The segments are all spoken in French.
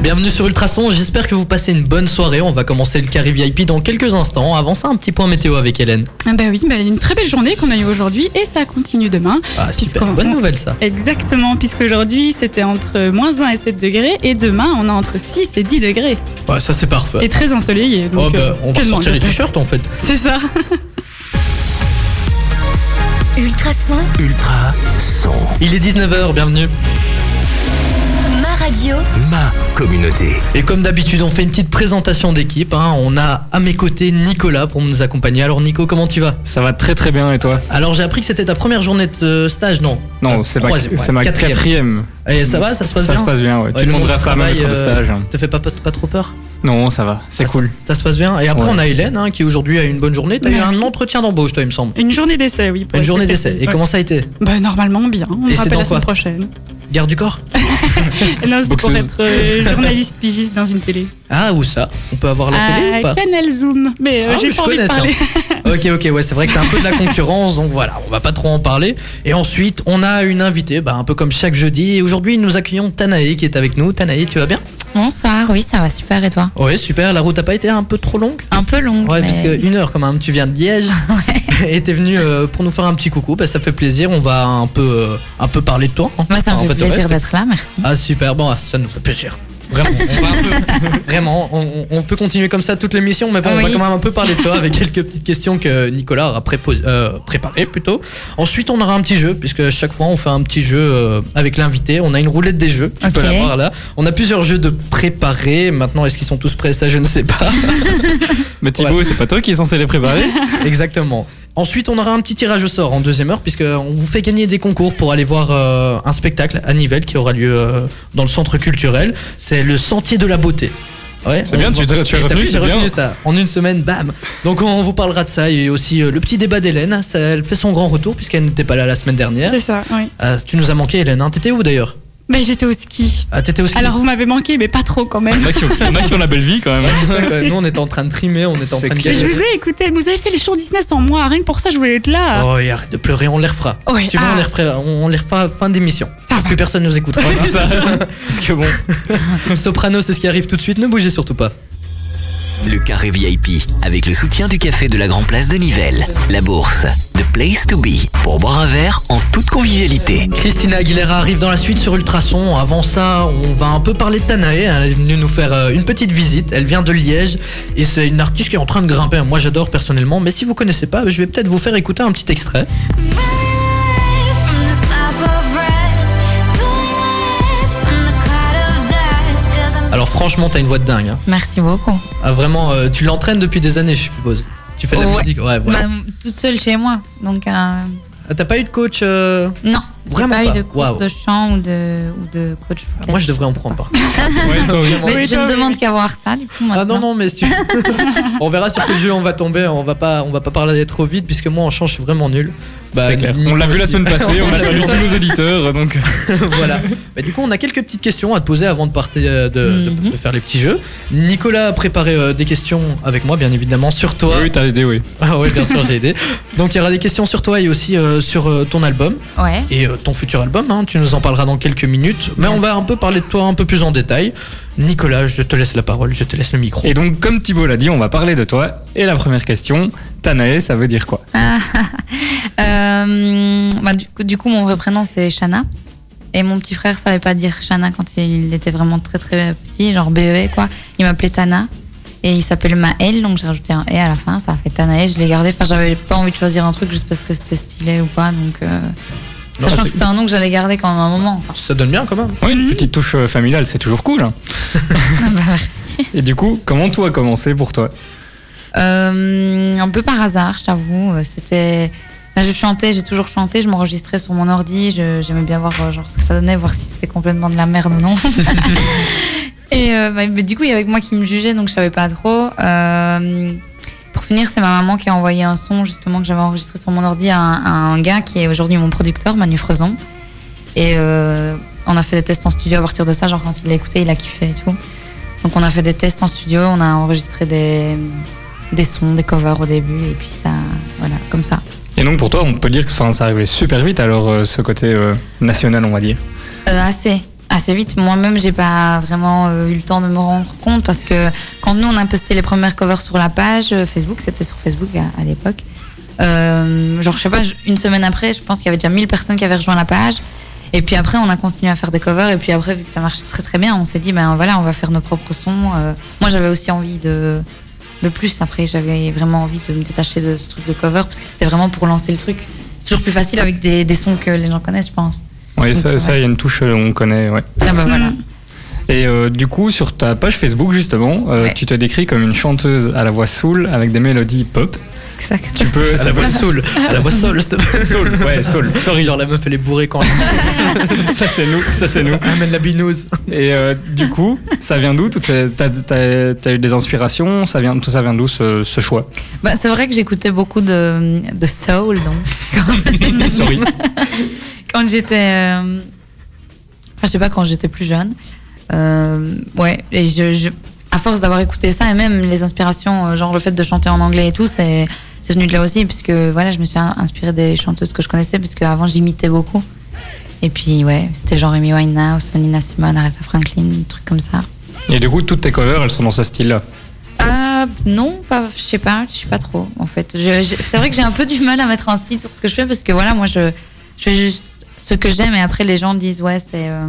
Bienvenue sur Ultrason, j'espère que vous passez une bonne soirée. On va commencer le carré VIP dans quelques instants. Avant ça, un petit point météo avec Hélène. Ah bah oui, bah une très belle journée qu'on a eue aujourd'hui et ça continue demain. Ah, super, Puisqu'on- bonne nouvelle ça. Exactement, puisqu'aujourd'hui c'était entre moins 1 et 7 degrés et demain on a entre 6 et 10 degrés. Ouais, ça c'est parfait. Et très ensoleillé. Bah. Oh, Donc, bah, euh, on que va sortir les demander. t-shirts en fait. C'est ça. Ultrason, Ultra son. Il est 19h, bienvenue. ma radio. Ma communauté. Et comme d'habitude, on fait une petite présentation d'équipe. hein. On a à mes côtés Nicolas pour nous accompagner. Alors Nico, comment tu vas Ça va très très bien et toi Alors j'ai appris que c'était ta première journée de euh, stage, non Non, Ah, c'est ma, troisième, ouais, c'est ma quatrième. Et ça va, ça se passe Ça bien se passe bien, ouais. Ouais, Tout le monde au reste à même travail, de euh, stage. hein. Te fais pas, pas trop peur Non, ça va, c'est Ça se- cool. Ah, Ça se passe bien. Et après, Ouais. on a Hélène hein, qui aujourd'hui a eu une bonne journée. T'as eu Ouais. un entretien d'embauche, toi, il me semble. Une journée d'essai, oui. pour Une être journée précis. d'essai. Et Ouais. comment ça a été Bah normalement bien, on Et me c'est rappelle dans la semaine quoi prochaine. Garde du corps Non, c'est pour Boxeuse. être euh, journaliste pigiste dans une télé. Ah, où ça On peut avoir la télé À ou pas Canal Zoom, mais Ah, euh, Ah, mais j'ai je pas envie de connais, parler. Ok, ok, ouais, c'est vrai que c'est un peu de la concurrence, donc voilà, on va pas trop en parler. Et ensuite, on a une invitée, bah, un peu comme chaque jeudi. Et aujourd'hui, nous accueillons Tanae qui est avec nous. Tanae, tu vas bien Bonsoir, oui, ça va super et toi Ouais, super. La route a pas été un peu trop longue Un peu longue. Ouais, mais- parce que une heure quand même, tu viens de Liège et t'es venu euh, pour nous faire un petit coucou, bah, ça fait plaisir, on va un peu, euh, un peu parler de toi. hein. Moi, ça me Enfin, en fait fait, le reste. plaisir d'être là, merci. Ah super, bon, ah, ça nous fait plaisir. Vraiment, on, va un peu- vraiment, on- on- on peut continuer comme ça toute l'émission, mais bon, on va Oui. quand même un peu parler de toi avec quelques petites questions que Nicolas aura prépo- euh, préparées plutôt. Ensuite, on aura un petit jeu, puisque à chaque fois on fait un petit jeu euh, avec l'invité. On a une roulette des jeux, tu peux Ok. la voir là. On a plusieurs jeux de préparer. Maintenant, est-ce qu'ils sont tous prêts Ça, je ne sais pas. Mais Thibaut, c'est pas toi qui est censé les préparer Exactement. Ensuite, on aura un petit tirage au sort en deuxième heure, puisqu'on vous fait gagner des concours pour aller voir euh, un spectacle à Nivelles qui aura lieu euh, dans le centre culturel. C'est le Sentier de la Beauté. Ouais, C'est on bien, va- tu- tu as Et t'as retenu, vu, c'est j'ai retenu bien. ça. En une semaine, bam. Donc, on vous parlera de ça et aussi euh, le petit débat d'Hélène. Ça, Elle fait son grand retour, puisqu'elle n'était pas là la semaine dernière. C'est ça, oui. Euh, tu nous as manqué, Hélène. hein. T'étais où d'ailleurs Mais j'étais au ski. ah, T'étais aussi. Alors vous m'avez manqué, mais pas trop quand même. Il y en a qui ont- il y en a qui ont la belle vie quand même. c'est ça, quoi. Nous, on était en train de trimer, on était en C'est train de clair. Mais je galérer. vous ai écouté, vous avez fait les shows Disney sans moi, rien que pour ça je voulais être là. Oh, et arrête de pleurer, on les refera. Ouais, Tu vois, ah. on les refera, on les refera fin d'émission. Ça va. Plus personne nous écoutera. Ouais, c'est ça. Parce que bon, Soprano, c'est ce qui arrive tout de suite, ne bougez surtout pas. Le carré VIP avec le soutien du café de la Grand Place de Nivelles. La bourse. The place to be. Pour boire un verre en toute convivialité. Christina Aguilera arrive dans la suite sur Ultrason. Avant ça, on va un peu parler de Tanae. Elle est venue nous faire euh, une petite visite. Elle vient de Liège et c'est une artiste qui est en train de grimper. Moi, j'adore personnellement, mais si vous connaissez pas, je vais peut-être vous faire écouter un petit extrait. Alors, franchement, t'as une voix de dingue. hein. Merci beaucoup. Ah, vraiment, euh, tu l'entraînes depuis des années, je suppose. Tu fais de la Ouais. musique Ouais, voilà. Bah, toute seule chez moi, donc euh, Ah, T'as pas eu de coach euh, non, j'ai Vraiment pas, eu pas. de cours Waouh. de chant ou de, ou de coach Ah, vocal. Moi, je devrais en prendre par ouais, toi, oui. Mais Oui, je toi, ne oui. demande qu'à voir ça, du coup, maintenant. Ah non non mais si tu... on verra sur quel jeu on va tomber, on va pas on va pas parler trop vite puisque moi en chant je suis vraiment nul. Bah, c'est clair. Nico On l'a vu la aussi. semaine passée, on l'a l'a vu vu tous nos auditeurs, donc voilà. Mais du coup on a quelques petites questions à te poser avant de partir euh, de, de- Mhm. de faire les petits jeux. Nicolas a préparé euh, des questions avec moi bien évidemment sur toi. euh, oui, t'as l'idée, oui. Ah oui bien sûr j'ai aidé. Donc il y aura des questions sur toi et aussi euh, sur euh, ton album Ouais. et euh, ton futur album. hein. Tu nous en parleras dans quelques minutes. Mais on va un peu parler de toi un peu plus en détail. Nicolas je te laisse la parole, je te laisse le micro. Et donc, comme Thibaut l'a dit, on va parler de toi. Et la première question, Tanae, ça veut dire quoi Euh, bah, du, coup, du coup, mon vrai prénom, c'est Shana. Et mon petit frère savait pas dire Shana quand il était vraiment très très petit, genre bébé quoi. Il m'appelait Tana. Et il s'appelle Maël, donc j'ai rajouté un E à la fin, ça a fait Tanae. Je l'ai gardé, enfin j'avais pas envie de choisir un truc juste parce que c'était stylé ou pas, donc. euh, Non, sachant c'est- que c'était un nom que j'allais garder quand un moment. quoi. Ça donne bien quand même. Oui, une petite touche euh, familiale, c'est toujours cool. hein. Ah bah, merci. Et du coup, comment tout a commencé pour toi Euh, un peu par hasard, je t'avoue. euh, C'était. enfin, je chantais, j'ai toujours chanté, je m'enregistrais sur mon ordi, je- j'aimais bien voir euh, genre, ce que ça donnait, voir si c'était complètement de la merde ou non. Et euh, bah, mais du coup, il y avait que moi qui me jugeais, donc je savais pas trop. Euh, pour finir, c'est ma maman qui a envoyé un son justement que j'avais enregistré sur mon ordi à un, à un gars qui est aujourd'hui mon producteur, Manu Frezon. Et euh, on a fait des tests en studio à partir de ça, genre quand il l'a écouté, il a kiffé et tout. Donc on a fait des tests en studio, on a enregistré des, des sons, des covers au début, et puis ça, voilà, comme ça. Et donc pour toi, on peut dire que enfin, ça arrivait super vite alors euh, ce côté euh, national, on va dire. Euh, assez. assez vite. Moi-même, j'ai pas vraiment euh, eu le temps de me rendre compte parce que quand nous on a posté les premières covers sur la page euh, Facebook, c'était sur Facebook à, à l'époque. euh, genre, je sais pas, je- une semaine après, je pense qu'il y avait déjà 1000 personnes qui avaient rejoint la page. Et puis après, on a continué à faire des covers. Et puis après, vu que ça marchait très très bien, on s'est dit, ben voilà, on va faire nos propres sons. Euh, moi, j'avais aussi envie de, de plus. Après, j'avais vraiment envie de me détacher de ce truc de cover parce que c'était vraiment pour lancer le truc. C'est toujours plus facile avec des, des sons que les gens connaissent, je pense. Oui, ça, ça, il y a une touche, euh, on connaît. Ouais. Ah ben voilà. Et euh, du coup, sur ta page Facebook, justement, euh, Ouais. tu te décris comme une chanteuse à la voix soul avec des mélodies pop. Exact. Tu peux. À la voix soul. À la voix soul, s'il te plaît. soul, ouais, soul. Sorry, Genre la meuf elle est bourrée quand elle ça c'est nous, ça c'est nous. amène la binouse. Et euh, du coup, ça vient d'où Toutes ces- T'as t'as- t'as eu des inspirations ça vient, Tout ça vient d'où ce, ce choix Bah, c'est vrai que j'écoutais beaucoup de, de soul, donc. Sorry. quand j'étais. euh, Enfin, je sais pas, quand j'étais plus jeune. Euh, ouais, et je, je- à force d'avoir écouté ça, et même les inspirations, euh, genre le fait de chanter en anglais et tout, c'est c'est venu de là aussi, puisque voilà, je me suis in- inspirée des chanteuses que je connaissais, puisque avant j'imitais beaucoup. Et puis, ouais, c'était genre Amy Winehouse, Nina Simone, Aretha Franklin, des trucs comme ça. Et du coup, toutes tes covers, elles sont dans ce style-là. Euh, non, pas, je sais pas, je sais pas trop en fait. Je- je- c'est vrai que j'ai un peu du mal à mettre un style sur ce que je fais parce que voilà, moi je, je fais juste ce que j'aime et après les gens disent ouais c'est euh,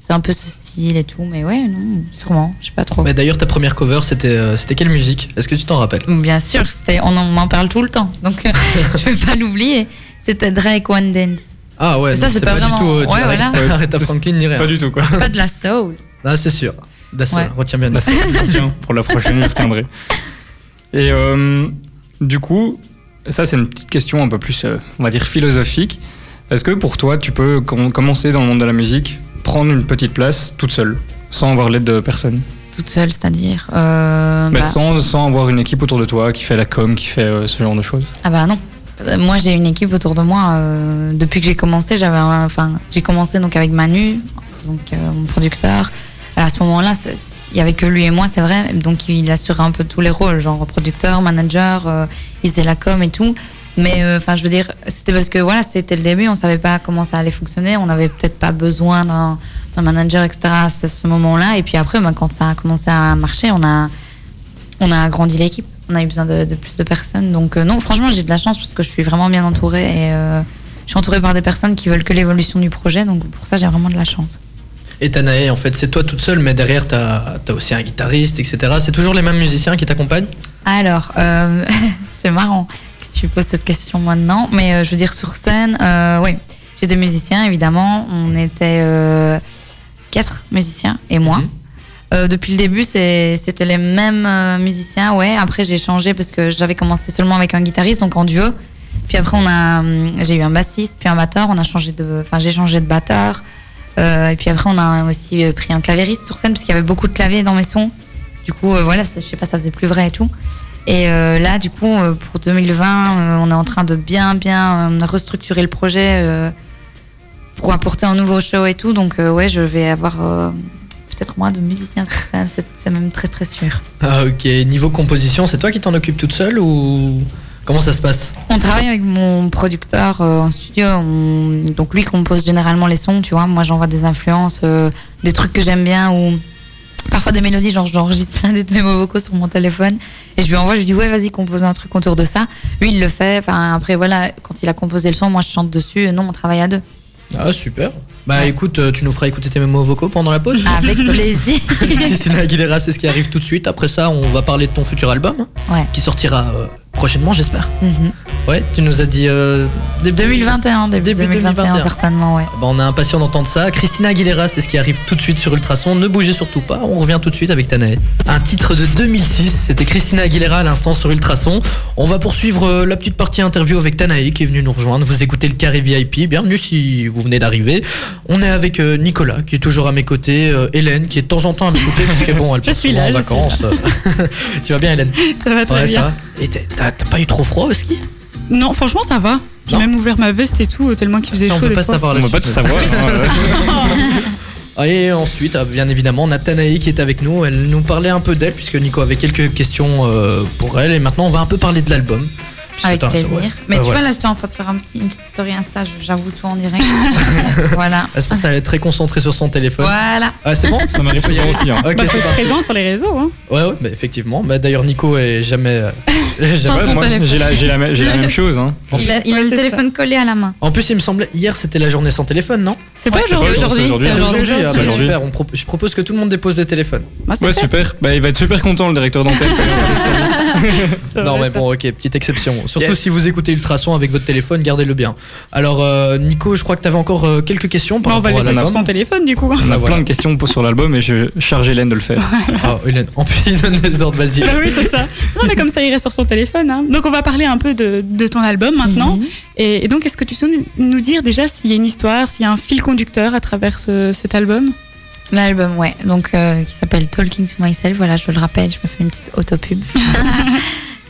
c'est un peu ce style et tout, mais ouais non, sûrement, je sais pas trop. Mais d'ailleurs, ta première cover, c'était euh, c'était quelle musique Est-ce que tu t'en rappelles Bien sûr, c'était, on en- m'en parle tout le temps, donc euh, je vais pas l'oublier. C'était Drake One Dance, Ah ouais, Mais ça, non, c'est pas du vraiment- tout. ouais, voilà. Ouais, c'est- Arrête Franklin ni rien. Pas du tout, quoi. pas de la soul. Ah, c'est sûr. D'accord, Ouais. retiens bien. Bah, c'est- tiens, pour la prochaine, je retiendrai. Et euh, du coup, ça, c'est une petite question un peu plus, euh, on va dire, philosophique. Est-ce que pour toi, tu peux com- commencer dans le monde de la musique, prendre une petite place toute seule, sans avoir l'aide de personne Toute seule, c'est-à-dire. euh, Mais bah, sans, sans avoir une équipe autour de toi qui fait la com, qui fait euh, ce genre de choses Ah bah non. Euh, Moi j'ai une équipe autour de moi. euh, depuis que j'ai commencé, j'avais, un- enfin j'ai commencé donc avec Manu, donc euh, mon producteur. À ce moment-là, c'est- il y avait que lui et moi, c'est vrai. Donc il assurait un peu tous les rôles, genre producteur, manager, euh, il faisait la com et tout. Mais euh, enfin je veux dire, c'était parce que voilà, c'était le début, on savait pas comment ça allait fonctionner, on n'avait peut-être pas besoin d'un, d'un manager etc. à ce, ce moment-là. Et puis après, bah, quand ça a commencé à marcher, on a on a agrandi l'équipe. On a eu besoin de, de plus de personnes. Donc, euh, non, franchement, j'ai de la chance parce que je suis vraiment bien entourée et euh, je suis entourée par des personnes qui veulent que l'évolution du projet. Donc, pour ça, j'ai vraiment de la chance. Et Tanae, en fait, c'est toi toute seule, mais derrière, t'as as aussi un guitariste, etc. C'est toujours les mêmes musiciens qui t'accompagnent Alors, euh, c'est marrant que tu poses cette question maintenant, mais euh, je veux dire, sur scène, euh, oui, j'ai des musiciens, évidemment. On était euh, quatre musiciens et moi. Mhm. Euh, depuis le début, c'est- c'était les mêmes euh, musiciens, ouais. Après, j'ai changé parce que j'avais commencé seulement avec un guitariste, donc en duo. Puis après, on a, hum, j'ai eu un bassiste, puis un batteur. On a changé de, enfin, j'ai changé de batteur. Euh, et puis après, on a aussi euh, pris un clavieriste sur scène parce qu'il y avait beaucoup de claviers dans mes sons. Du coup, euh, voilà, c'est- je sais pas, ça faisait plus vrai et tout. Et euh, là, du coup, euh, pour 2020, euh, on est en train de bien, bien euh, restructurer le projet euh, pour apporter un nouveau show et tout. Donc, euh, ouais, je vais avoir euh, peut-être moins de musiciens sur scène, c'est- c'est même très, très sûr. Ah, ok. Niveau composition, c'est toi qui t'en occupes toute seule ou. Comment ça se passe On travaille avec mon producteur euh, en studio. on- Donc lui compose généralement les sons, tu vois. Moi j'envoie des influences, euh, des trucs que j'aime bien ou parfois des mélodies. Genre j'enregistre plein de mémos vocaux sur mon téléphone et je lui envoie. Je lui dis ouais vas-y compose un truc autour de ça. Lui il le fait. Enfin après voilà quand il a composé le son, moi je chante dessus. Non on travaille à deux. Ah, super. Bah écoute, euh, tu nous feras écouter tes mémos vocaux pendant la pause Avec plaisir. Christina Aguilera, c'est ce qui arrive tout de suite. Après ça, on va parler de ton futur album. Ouais. Qui sortira euh, prochainement, j'espère. Mhm. Ouais, tu nous as dit. euh, début 2021 début, Début 2021, 2021. certainement ouais. Bah, on est impatient d'entendre ça. Christina Aguilera, c'est ce qui arrive tout de suite sur Ultrason. Ne bougez surtout pas, on revient tout de suite avec Tanae. Un titre de 2006, c'était Christina Aguilera à l'instant sur Ultrason. On va poursuivre euh, la petite partie interview avec Tanae qui est venue nous rejoindre. Vous écoutez le carré VIP, bienvenue si vous venez d'arriver. On est avec euh, Nicolas qui est toujours à mes côtés, euh, Hélène qui est de temps en temps à mes côtés parce que bon, elle Je passe suis souvent là, en je suis là. vacances. tu vas bien Hélène Ça va très Ouais, bien. ça va. Et t'es- t'as t'as pas eu trop froid au ski Non, franchement, ça va. J'ai Non. même ouvert ma veste et tout, tellement qu'il faisait Ça, on chaud. veut des pas fois. savoir On la ne va pas tout suite. savoir. hein, ouais. Et ensuite, ah, bien évidemment, on a Tanaï qui est avec nous. Elle nous parlait un peu d'elle, puisque Nico avait quelques questions euh, pour elle. Et maintenant, on va un peu parler de l'album. puisque Avec t'as un- plaisir. ouais. Mais Euh, tu voilà. vois, là, j'étais en train de faire un petit, une petite story Insta, je- j'avoue tout en direct. voilà. Ah, c'est pour ça qu'elle est très concentrée sur son téléphone. Voilà. Ah, c'est bon Ça m'arrive souvent aussi. hein. Ok, Bah, faut c'est être parti. présent sur les réseaux. hein. Ouais, ouais, mais effectivement. Bah, D'ailleurs, Nico est jamais. euh, jamais- Dans Ouais, son moi, téléphone. j'ai la, j'ai la, j'ai la même chose. Hein. Il a, il a Ouais, le c'est téléphone collé à la main. En plus, il me semblait, hier c'était la journée sans téléphone, non C'est pas Ouais, c'est pas aujourd'hui. c'est aujourd'hui. C'est aujourd'hui. ah, bah, aujourd'hui. super, on pro- je propose que tout le monde dépose des téléphones. Bah, c'est Ouais, fait, super. Bah, il va être super content, le directeur d'antenne. c'est non, vrai, mais ça. bon, ok, petite exception. Surtout Yes. si vous écoutez Ultrason avec votre téléphone, gardez-le bien. Alors, euh, Nico, je crois que t'avais encore euh, quelques questions par Bah, on va le rapport à laisser la sur norme. ton téléphone du coup. On Bah, a voilà. plein de questions pour- sur l'album et je charge Hélène de le faire. Ah, Hélène, en plus, il donne des ordres, vas-y. Bah oui, c'est ça. Non, mais comme ça, il reste sur son téléphone. hein. Donc, on va parler un peu de, de ton album maintenant. Mhm. Et, et donc, est-ce que tu peux nous dire déjà s'il y a une histoire, s'il y a un fil conducteur à travers ce- cet album L'album, ouais. Donc, euh, qui s'appelle Talking to Myself. Voilà, je le rappelle, je me fais une petite autopub.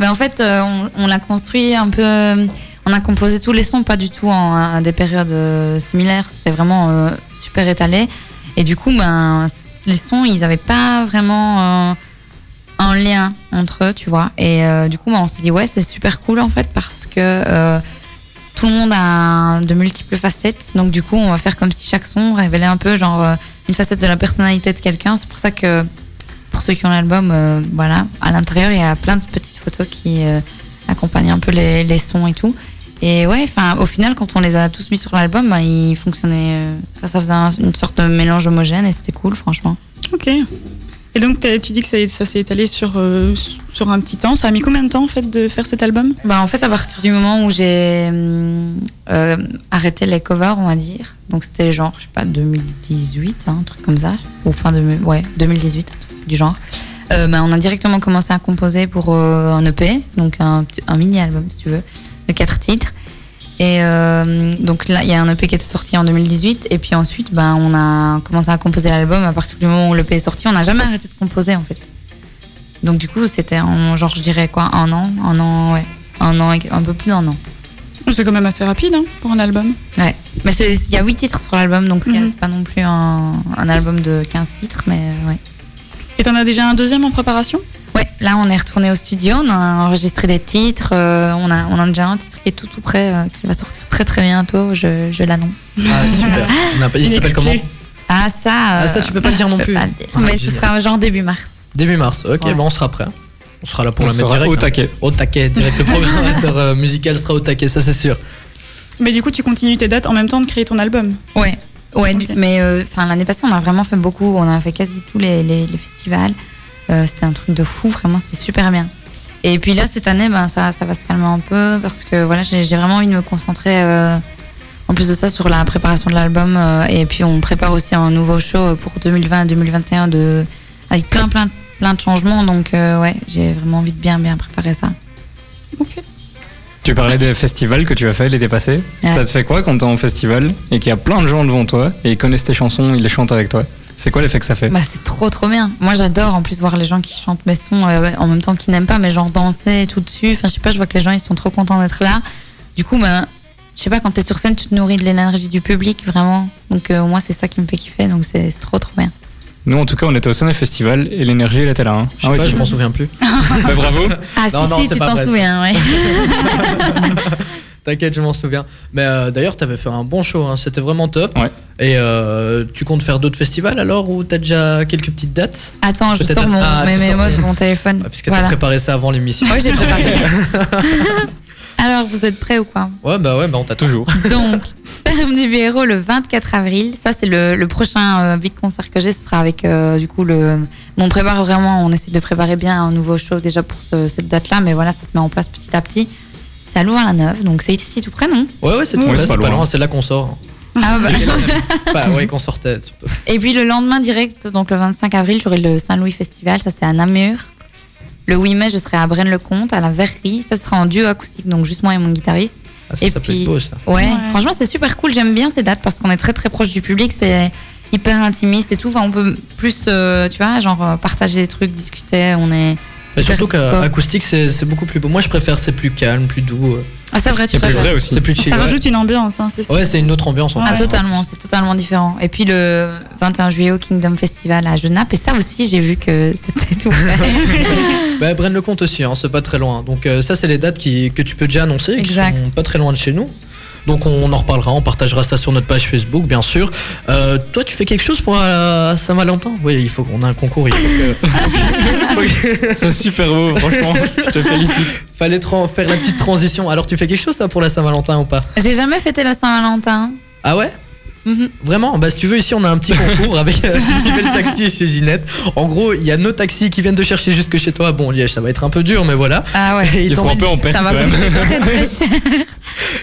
Mais en fait, euh, on, on l'a construit un peu. euh, On a composé tous les sons, pas du tout en à des périodes euh, similaires. C'était vraiment euh, super étalé. Et du coup, ben, c- les sons, ils n'avaient pas vraiment euh, un lien entre eux, tu vois. Et euh, du coup, ben, on s'est dit, ouais, c'est super cool en fait, parce que. euh, tout le monde a de multiples facettes, donc du coup on va faire comme si chaque son révélait un peu genre euh, une facette de la personnalité de quelqu'un. C'est pour ça que pour ceux qui ont l'album, euh, voilà, à l'intérieur il y a plein de petites photos qui euh, accompagnent un peu les, les sons et tout. Et ouais, enfin, au final, quand on les a tous mis sur l'album, bah, ils fonctionnaient. euh, enfin, ça faisait un- une sorte de mélange homogène et c'était cool, franchement. Ok. Et donc, t'as- tu dis que ça, ça s'est étalé sur, euh, sur un petit temps. Ça a mis combien de temps en fait de faire cet album Bah, en fait, à partir du moment où j'ai hum, euh, arrêté les covers, on va dire, donc c'était genre, je sais pas, 2018, hein, un truc comme ça, ou fin de, ouais, 2018, un truc du genre. Euh, bah, on a directement commencé à composer pour euh, un EP, donc un, petit- un mini-album, si tu veux, de quatre titres. Et euh, donc là, il y a un EP qui était sorti en 2018, et puis ensuite, ben on a commencé à composer l'album. À partir du moment où l'EP est sorti, on n'a jamais arrêté de composer, en fait. Donc du coup, c'était en genre, je dirais quoi, un an, un an, ouais, un an, et- un peu plus d'un an. C'est quand même assez rapide hein, pour un album. Mais c'est- il y a 8 titres sur l'album, donc c'est Mhm. c'est pas non plus un, un album de 15 titres, mais euh, ouais. Et t'en as déjà un deuxième en préparation Ouais, là on est retourné au studio, on a enregistré des titres, euh, on, a, on a déjà un titre qui est tout tout prêt, euh, qui va sortir très très bientôt, je, je l'annonce. Ah, super. On n'a pas- Il s'appelle comment Ah ça, Ah, ça, tu peux pas le dire je non peux plus. pas le dire. Ah, mais ce génial. sera genre début mars. Début mars, ok, Ouais. bah, on sera prêt. hein. On sera là pour On la mettre sera direct. au hein. taquet. Au taquet, direct. Le programmateur euh, musical sera au taquet, ça c'est sûr. Mais du coup, tu continues tes dates en même temps de créer ton album. Ouais, ouais, Ok. du- mais euh, enfin l'année passée on a vraiment fait beaucoup, on a fait quasi tous les, les- les festivals. Euh, c'était un truc de fou, vraiment c'était super bien. Et puis là cette année ben ça, ça va se calmer un peu parce que voilà j'ai j'ai vraiment envie de me concentrer euh, en plus de ça sur la préparation de l'album euh, et puis on prépare aussi un nouveau show pour 2020-2021 de avec plein plein plein de changements donc euh, ouais j'ai vraiment envie de bien bien préparer ça. Ok. Tu parlais des festivals que tu as fait l'été passé. Ouais. Ça te fait quoi quand t'es en festival et qu'il y a plein de gens devant toi et ils connaissent tes chansons, ils les chantent avec toi C'est quoi l'effet que ça fait Bah, c'est trop trop bien. Moi j'adore en plus voir les gens qui chantent mes sons euh, en même temps qu'ils n'aiment pas, mais genre danser et tout dessus. Enfin, je sais pas, je vois que les gens ils sont trop contents d'être là. Du coup, ben, je sais pas, quand t'es sur scène, tu te nourris de l'énergie du public vraiment. Donc, euh, moi c'est ça qui me fait kiffer, donc c'est c'est trop trop bien. Nous, en tout cas, on était au Sonet Festival et l'énergie, elle était là. hein. Je sais Ah ouais, pas, tu- je m'en souviens plus. Bah, bravo. Ah, Non, si, non, si, c'est tu pas t'en vrai, ça. souviens, ouais. T'inquiète, je m'en souviens. Mais euh, d'ailleurs, t'avais fait un bon show, hein, c'était vraiment top. Ouais. Et euh, tu comptes faire d'autres festivals alors ou t'as déjà quelques petites dates Attends, je Peut-être- sors mon, ah, mes tu sors- mémos de mon téléphone. Ah, Parce que t'as voilà. préparé ça avant l'émission. Ouais, j'ai préparé. Alors, vous êtes prêts ou quoi Ouais, bah ouais, bah on t'attend. Toujours. Donc, Ferme du Bureau le 24 avril. Ça, c'est le, le prochain euh, big concert que j'ai. Ce sera avec, euh, du coup, le. mais on prépare vraiment, on essaie de préparer bien un nouveau show déjà pour ce- cette date-là. Mais voilà, ça se met en place petit à petit. C'est à Louvain-la-Neuve, donc c'est ici tout près, non Ouais, ouais, c'est tout Ouais, là, c'est c'est pas pas loin. loin, c'est là qu'on sort. Ah, bah. Enfin, ouais, qu'on sortait surtout. Et puis le lendemain direct, donc le 25 avril, j'aurai le Saint-Louis Festival. Ça, c'est à Namur. Le 8 mai, je serai à Braine-le-Comte, à la Verrerie. Ça, ce sera en duo acoustique, donc juste moi et mon guitariste. Ah, ça, Et ça peut puis- être beau ça. Ouais, Ouais. franchement, c'est super cool. J'aime bien ces dates parce qu'on est très très proche du public. C'est hyper intimiste et tout. Enfin, on peut plus, euh, tu vois, genre euh, partager des trucs, discuter. On est, Mais surtout Faire du sport. qu'acoustique, c'est c'est beaucoup plus beau. Moi, je préfère, c'est plus calme, plus doux. euh, Ah, c'est vrai, tu C'est plus préfères. vrai aussi. C'est plus chill. Ça ouais. rajoute une ambiance, hein, c'est sûr. Ouais, c'est une autre ambiance en Ah, fait. totalement, c'est totalement différent. Et puis le 21 juillet au Kingdom Festival à Genappe, et ça aussi, j'ai vu que c'était tout. Bah, Brenne le compte aussi, hein, c'est pas très loin. Donc, euh, ça, c'est les dates qui, que tu peux déjà annoncer, et qui Exact. sont pas très loin de chez nous. Donc, on, en reparlera, on partagera ça sur notre page Facebook, bien sûr. Euh, toi, tu fais quelque chose pour euh, Saint-Valentin Oui, il faut qu'on a un concours. Il faut que- C'est super beau, franchement. Je te Ah, félicite. Fallait tran- faire la petite transition. Alors, tu fais quelque chose, toi, pour la Saint-Valentin ou pas j'ai jamais fêté la Saint-Valentin. Ah ouais Mhm. Vraiment Bah si tu veux ici on a un petit concours avec euh, le taxi et chez Ginette. En gros il y a nos taxis qui viennent te chercher jusque chez toi. Bon Liège ça va être un peu dur mais voilà. Ah ouais, Et ils Ils sont un t'emmènent- peu en perte ça quand va même. coûter très très cher.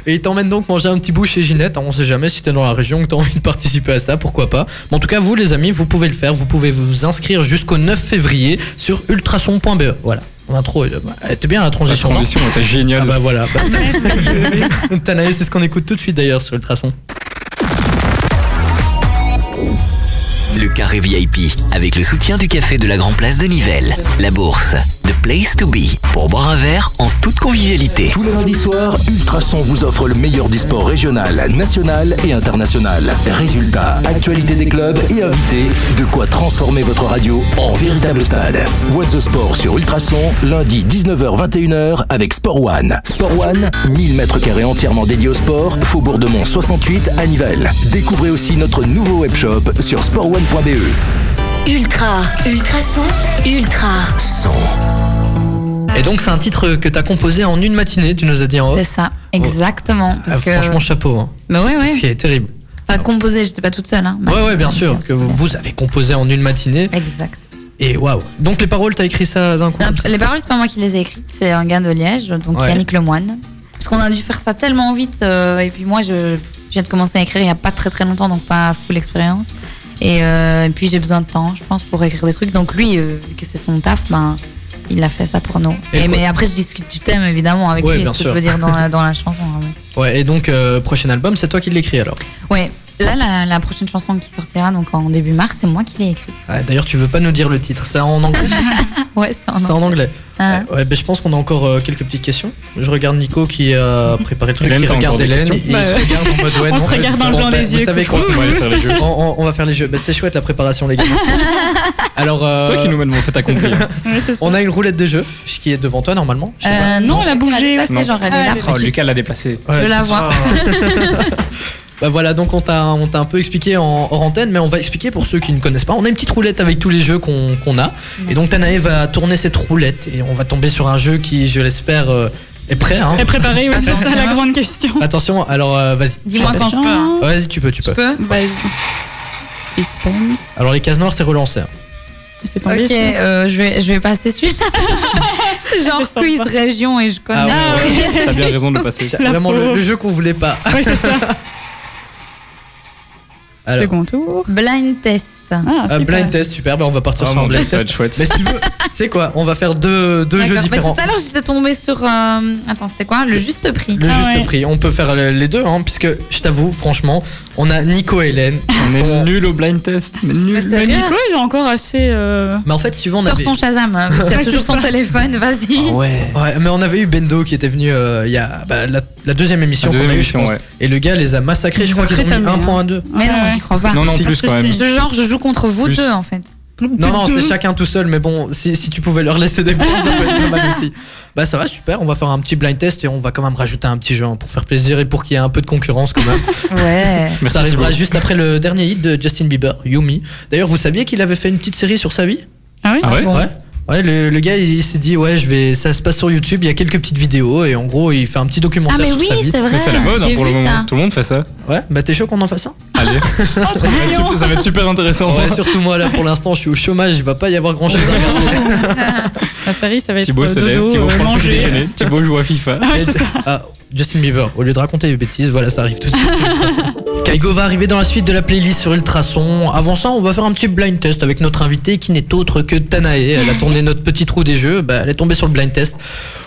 et ils t'emmènent donc manger un petit bout chez Ginette. Alors, on sait jamais si t'es dans la région que t'as envie de participer à ça, pourquoi pas. Mais en tout cas vous les amis vous pouvez le faire, vous pouvez vous inscrire jusqu'au 9 février sur ultrason.be. Voilà. Mon intro, euh, bah, elle était bien la La transition. non transition était ah géniale. bah voilà. Bah, Tanaïs, c'est ce qu'on écoute tout de suite d'ailleurs sur Ultrason. Le carré VIP avec le soutien du café de la Grand Place de Nivelles, la bourse, The Place to Be pour boire un verre en toute convivialité. Tous les lundis soirs, Ultrason vous offre le meilleur du sport régional, national et international. Résultats, actualité des clubs et invités, de quoi transformer votre radio en véritable stade. What the Sport sur Ultrason, lundi 19h-21h avec Sport One. Sport One, 1000 mètres carrés entièrement dédiés au sport, Faubourg de Mont 68 à Nivelles. Découvrez aussi notre nouveau webshop sur sportone.be. Ultra, ultrason, ultra. Et donc c'est un titre que t'as composé en une matinée, tu nous as dit en off. C'est ça, exactement. Oh. Parce Ah, que... Franchement, chapeau. Hein. Bah ouais, Ce ouais. qui est terrible. Enfin, composé, j'étais pas toute seule. Hein. Ouais, ouais, bien sûr. Que vous, vous avez composé en une matinée. Exact. Et waouh. Donc les paroles, t'as écrit ça d'un coup Non, comme ça les paroles, c'est pas moi qui les ai écrites, c'est un gars de Liège, donc Ouais. Yannick Lemoine. Parce qu'on a dû faire ça tellement vite, euh, et puis moi, je, je viens de commencer à écrire il y a pas très très longtemps, donc pas full expérience. Et, euh, et puis j'ai besoin de temps, je pense, pour écrire des trucs. Donc lui, euh, vu que c'est son taf, ben, il a fait ça pour nous. Et Et quoi- mais après, je discute du thème, évidemment, avec Ouais, lui, bien ce que sûr. je veux dire dans la, dans la chanson. hein, ouais. Ouais, et donc, euh, prochain album, c'est toi qui l'écris alors. Ouais. Là, la, la prochaine chanson qui sortira donc en début mars, c'est moi qui l'ai écrite. Ouais, D'ailleurs, tu veux pas nous dire le titre. C'est en anglais Ouais, c'est en C'est en anglais. Ah. Ouais, ouais, ben, je pense qu'on a encore euh, quelques petites questions. Je regarde Nico qui a préparé le truc, Hélène, qui t'as regarde encore des Hélène. questions et il se Bah, regarde en mode ouais, on non, se regarde dans le bon, blanc ben, des Vous yeux, savez Je crois quoi qu'on va aller faire les jeux. on, on- on va faire les jeux. Ben, c'est chouette la préparation, les gars. Alors, C'est euh, toi qui nous mets mon fait accompli. hein. Ouais, c'est ça. on a une roulette de jeux qui est devant toi normalement. Je sais pas. Euh, Non, elle a bougé. Elle est passée, Non. genre, elle Ah, est là. elle est Oh, Lucas l'a déplacé. Ouais, de la putain. voir. Bah voilà, donc on t'a on t'a un peu expliqué en hors antenne, mais on va expliquer pour ceux qui ne connaissent pas. On a une petite roulette avec tous les jeux qu'on qu'on a. Et donc Tanae va tourner cette roulette et on va tomber sur un jeu qui, je l'espère, euh, est prêt. hein. Elle est préparée, ouais, c'est Attention. ça la grande question. Attention, alors euh, vas-y. Dis-moi Je quand je peux. hein. t'appelle. Vas-y, tu peux, tu Je peux. peux Vas-y. Suspense. Alors les cases noires, c'est relancé. hein. C'est tombé. Ok, ça. euh, je, vais, je vais passer celui-là. Genre sympa. quiz région et je connais. Ah ouais, T'as bien raison de le passer. C'est La Vraiment le, pauvre. le jeu qu'on voulait pas. Ouais, c'est ça. Alors, Second tour. Blind test. Ah, euh, super. blind test, super. Bah on va partir Ah, sur mon un Dieu, blind ça va être test. chouette. Mais si tu veux, c'est quoi On va faire deux, deux jeux D'accord. Mais différents. tout à l'heure, j'étais tombée sur. euh, Attends, c'était quoi Le juste prix. Le Ah juste ouais. prix. On peut faire le- les deux, hein, puisque je t'avoue, franchement, on a Nico et Hélène. qui On sont- est nul au blind test. Mais Mais nul. Mais sérieux Nico, il est encore assez. euh, Mais en fait, suivant, on Sors avait. ton Shazam. hein. Tu as Ouais, toujours c'est ton ça. téléphone, vas-y. Ah ouais. Ah Ouais, mais on avait eu Bendo qui était venu euh, il y a bah, la, la deuxième émission La qu'on deuxième a eu, émission, je pense. ouais. Et le gars les a massacrés. Je Ils crois ont qu'ils ont mis rétamé, hein. 1.2. Mais non, ouais. j'y crois pas. Non, non, Ah, plus si, quand si. même. Je, genre, je joue contre vous Plus. deux en fait. Non, non, c'est chacun tout seul, mais bon, si, si tu pouvais leur laisser des points, ça peut être pas mal aussi. Bah ça va, super, on va faire un petit blind test et on va quand même rajouter un petit jeu hein, pour faire plaisir et pour qu'il y ait un peu de concurrence quand même. Ouais. Merci ça arrivera Thibaut. juste après le dernier hit de Justin Bieber, Yumi. D'ailleurs, vous saviez qu'il avait fait une petite série sur sa vie Ah oui Ah ouais Bon. Ouais. Ouais, le, le gars il s'est dit ouais je vais ça se passe sur YouTube il y a quelques petites vidéos et en gros il fait un petit Ah, documentaire mais sur oui, sa vie. c'est vrai. Mais c'est la mode hein, J'ai pour le vu moment. ça. Tout le monde fait ça. Ouais bah t'es chaud qu'on en fasse ça Allez. Oh, trop Ah, Ça va mignon. être- Ça va être super intéressant. Ouais surtout moi là pour l'instant je suis au chômage il va pas y avoir grand chose à regarder. La série, ça va être Thibaut euh, se lève, dodo, Thibaut euh, prend le petit manger. déjeuner, Thibaut joue à FIFA. Ah, ouais, c'est ça. Ah Justin Bieber au lieu de raconter des bêtises voilà ça arrive tout de suite. sur Ultrason. Kaigo va arriver dans la suite de la playlist sur Ultrason. Avant ça on va faire un petit blind test avec notre invitée qui n'est autre que Tanae. Elle a tourné notre petit trou des jeux bah elle est tombée sur le blind test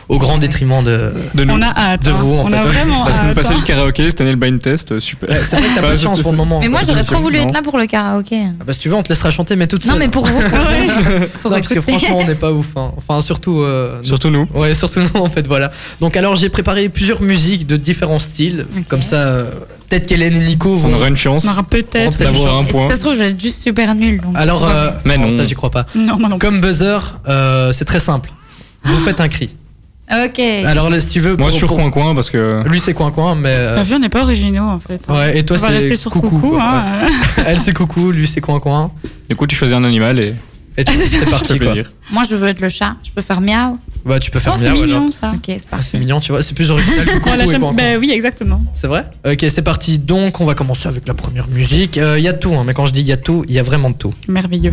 au grand détriment de. De nous. On a hâte. De hein. vous, en On fait, a ouais. vraiment Parce que vous hâte. passez hein. le karaoké, cette année le blind test, euh, super. Ouais, c'est vrai que t'as Bah, pas de je chance sais pour le ça. moment. Mais moi, Ouais, j'aurais bien trop sûr, voulu non. être là pour le karaoké. Ah Bah si tu veux on te laissera chanter mais toute Non, seule. mais pour vous. pour- Ouais. Pour Non, parce que écouter. franchement, on n'est pas ouf. hein. Enfin, surtout. euh, Surtout nous. Ouais, surtout nous en fait, voilà. Donc alors j'ai préparé plusieurs musiques de différents styles, Ok. comme ça, euh, peut-être qu'Hélène et Nico On vont... aura une chance On aura peut-être. Peut-être d'avoir un Et si point. ça se trouve, je vais être juste super nul. Donc Alors, euh, Ah, Mais non. ça j'y crois pas. Non, moi non plus. Comme buzzer, euh, c'est très simple. Vous faites un cri. Ok. Alors là, si tu veux... Moi, pour- sur pour- coin-coin, parce que. Lui c'est coin coin, mais... euh, T'as vu, on n'est pas originaux en fait. Ouais, et toi on va c'est rester sur coucou. quoi. hein. Ouais. Elle c'est coucou, lui c'est coin coin. Du coup, tu choisis un animal et Et tu- c'est ça parti fait quoi. plaisir. Moi, je veux être le chat. Je peux faire miaou. Bah tu peux faire Oh, c'est bien, ouais, genre. mignon ça. Ok, c'est Ah, c'est parti. mignon, tu vois, c'est plus original que coucou On la et chame- coin coin. Bah oui, exactement. C'est vrai Ok, c'est parti. Donc, on va commencer avec la première musique. Il y a tout, hein, mais quand je dis il y a tout, il y a vraiment de tout. Merveilleux.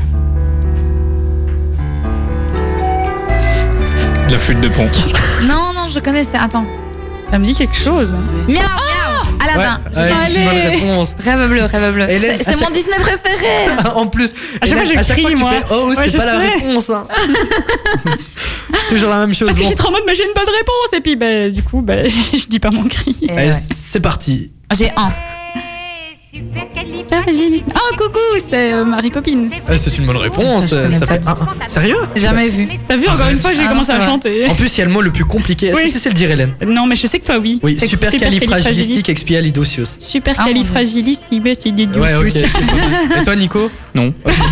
La flûte de pont. Ah, Non, non, je connais. c'est- Attends. Ça me dit quelque chose. Miaou, miaou. Aladdin. ouais, Je c'est une gagne. bonne réponse. Rêve bleu, rêve bleu. Hélène, C'est à c'est chaque- mon Disney préféré. en plus, À chaque Hélène, fois, je crie, tu moi. fais, oh, Ouais, c'est je pas la sais. réponse. hein. c'est toujours la même chose. Parce que Bon. j'étais en mode, mais j'ai une bonne réponse. Et puis, bah, du coup, bah, je dis pas mon cri. Et Allez, ouais. Eh, C'est parti. J'ai un. Oh, coucou, c'est euh, Mary Poppins. Eh, c'est une bonne réponse. Ça, je euh, connais Ça pas fait du un, un. Sérieux Jamais vu. T'as vu, encore une fois, j'ai Ah, commencé non, à ça va. chanter. En plus, il y a le mot le plus compliqué. Est-ce Oui. que tu sais le dire, Hélène Non, mais je sais que toi, oui. Oui, C'est super, supercalifragilistique- califragilistique, expialidocious. Super Ah, mon Dieu. califragiliste, Ouais, ok. Et toi, Nico Non. Ok.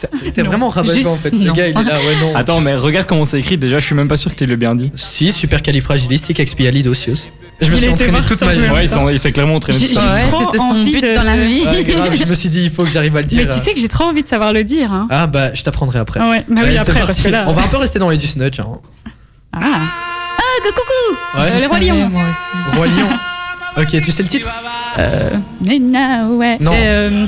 Putain, t'es Non. vraiment rabat en Juste fait. Le non. gars, il est là, ouais, non. Attends, mais regarde comment c'est écrit. Déjà, je suis même pas sûr que tu l'aies bien dit. Si, supercalifragilistique, expialidocious. Je me Il suis a été entraîné voir toute ça, ma je vie. me- Ouais, il s'en- il s'est clairement entraîné. J'ai- tout seul. j'ai- Ouais, trop c'était son envie but de- dans la vie. Ouais, grave, je me suis dit, il faut que j'arrive à le dire. Mais tu sais que j'ai trop envie de savoir le dire. Hein. Ah bah, je t'apprendrai après. Ah ouais, bah oui, Allez, c'est après, parce parti. que là. On va un peu rester dans les Disney, tiens. Ah, Ouais, les rois savais, lions. moi aussi. Roi Lion. Ok, tu sais le titre Ah Nena, ouais. Non. C'est, euh,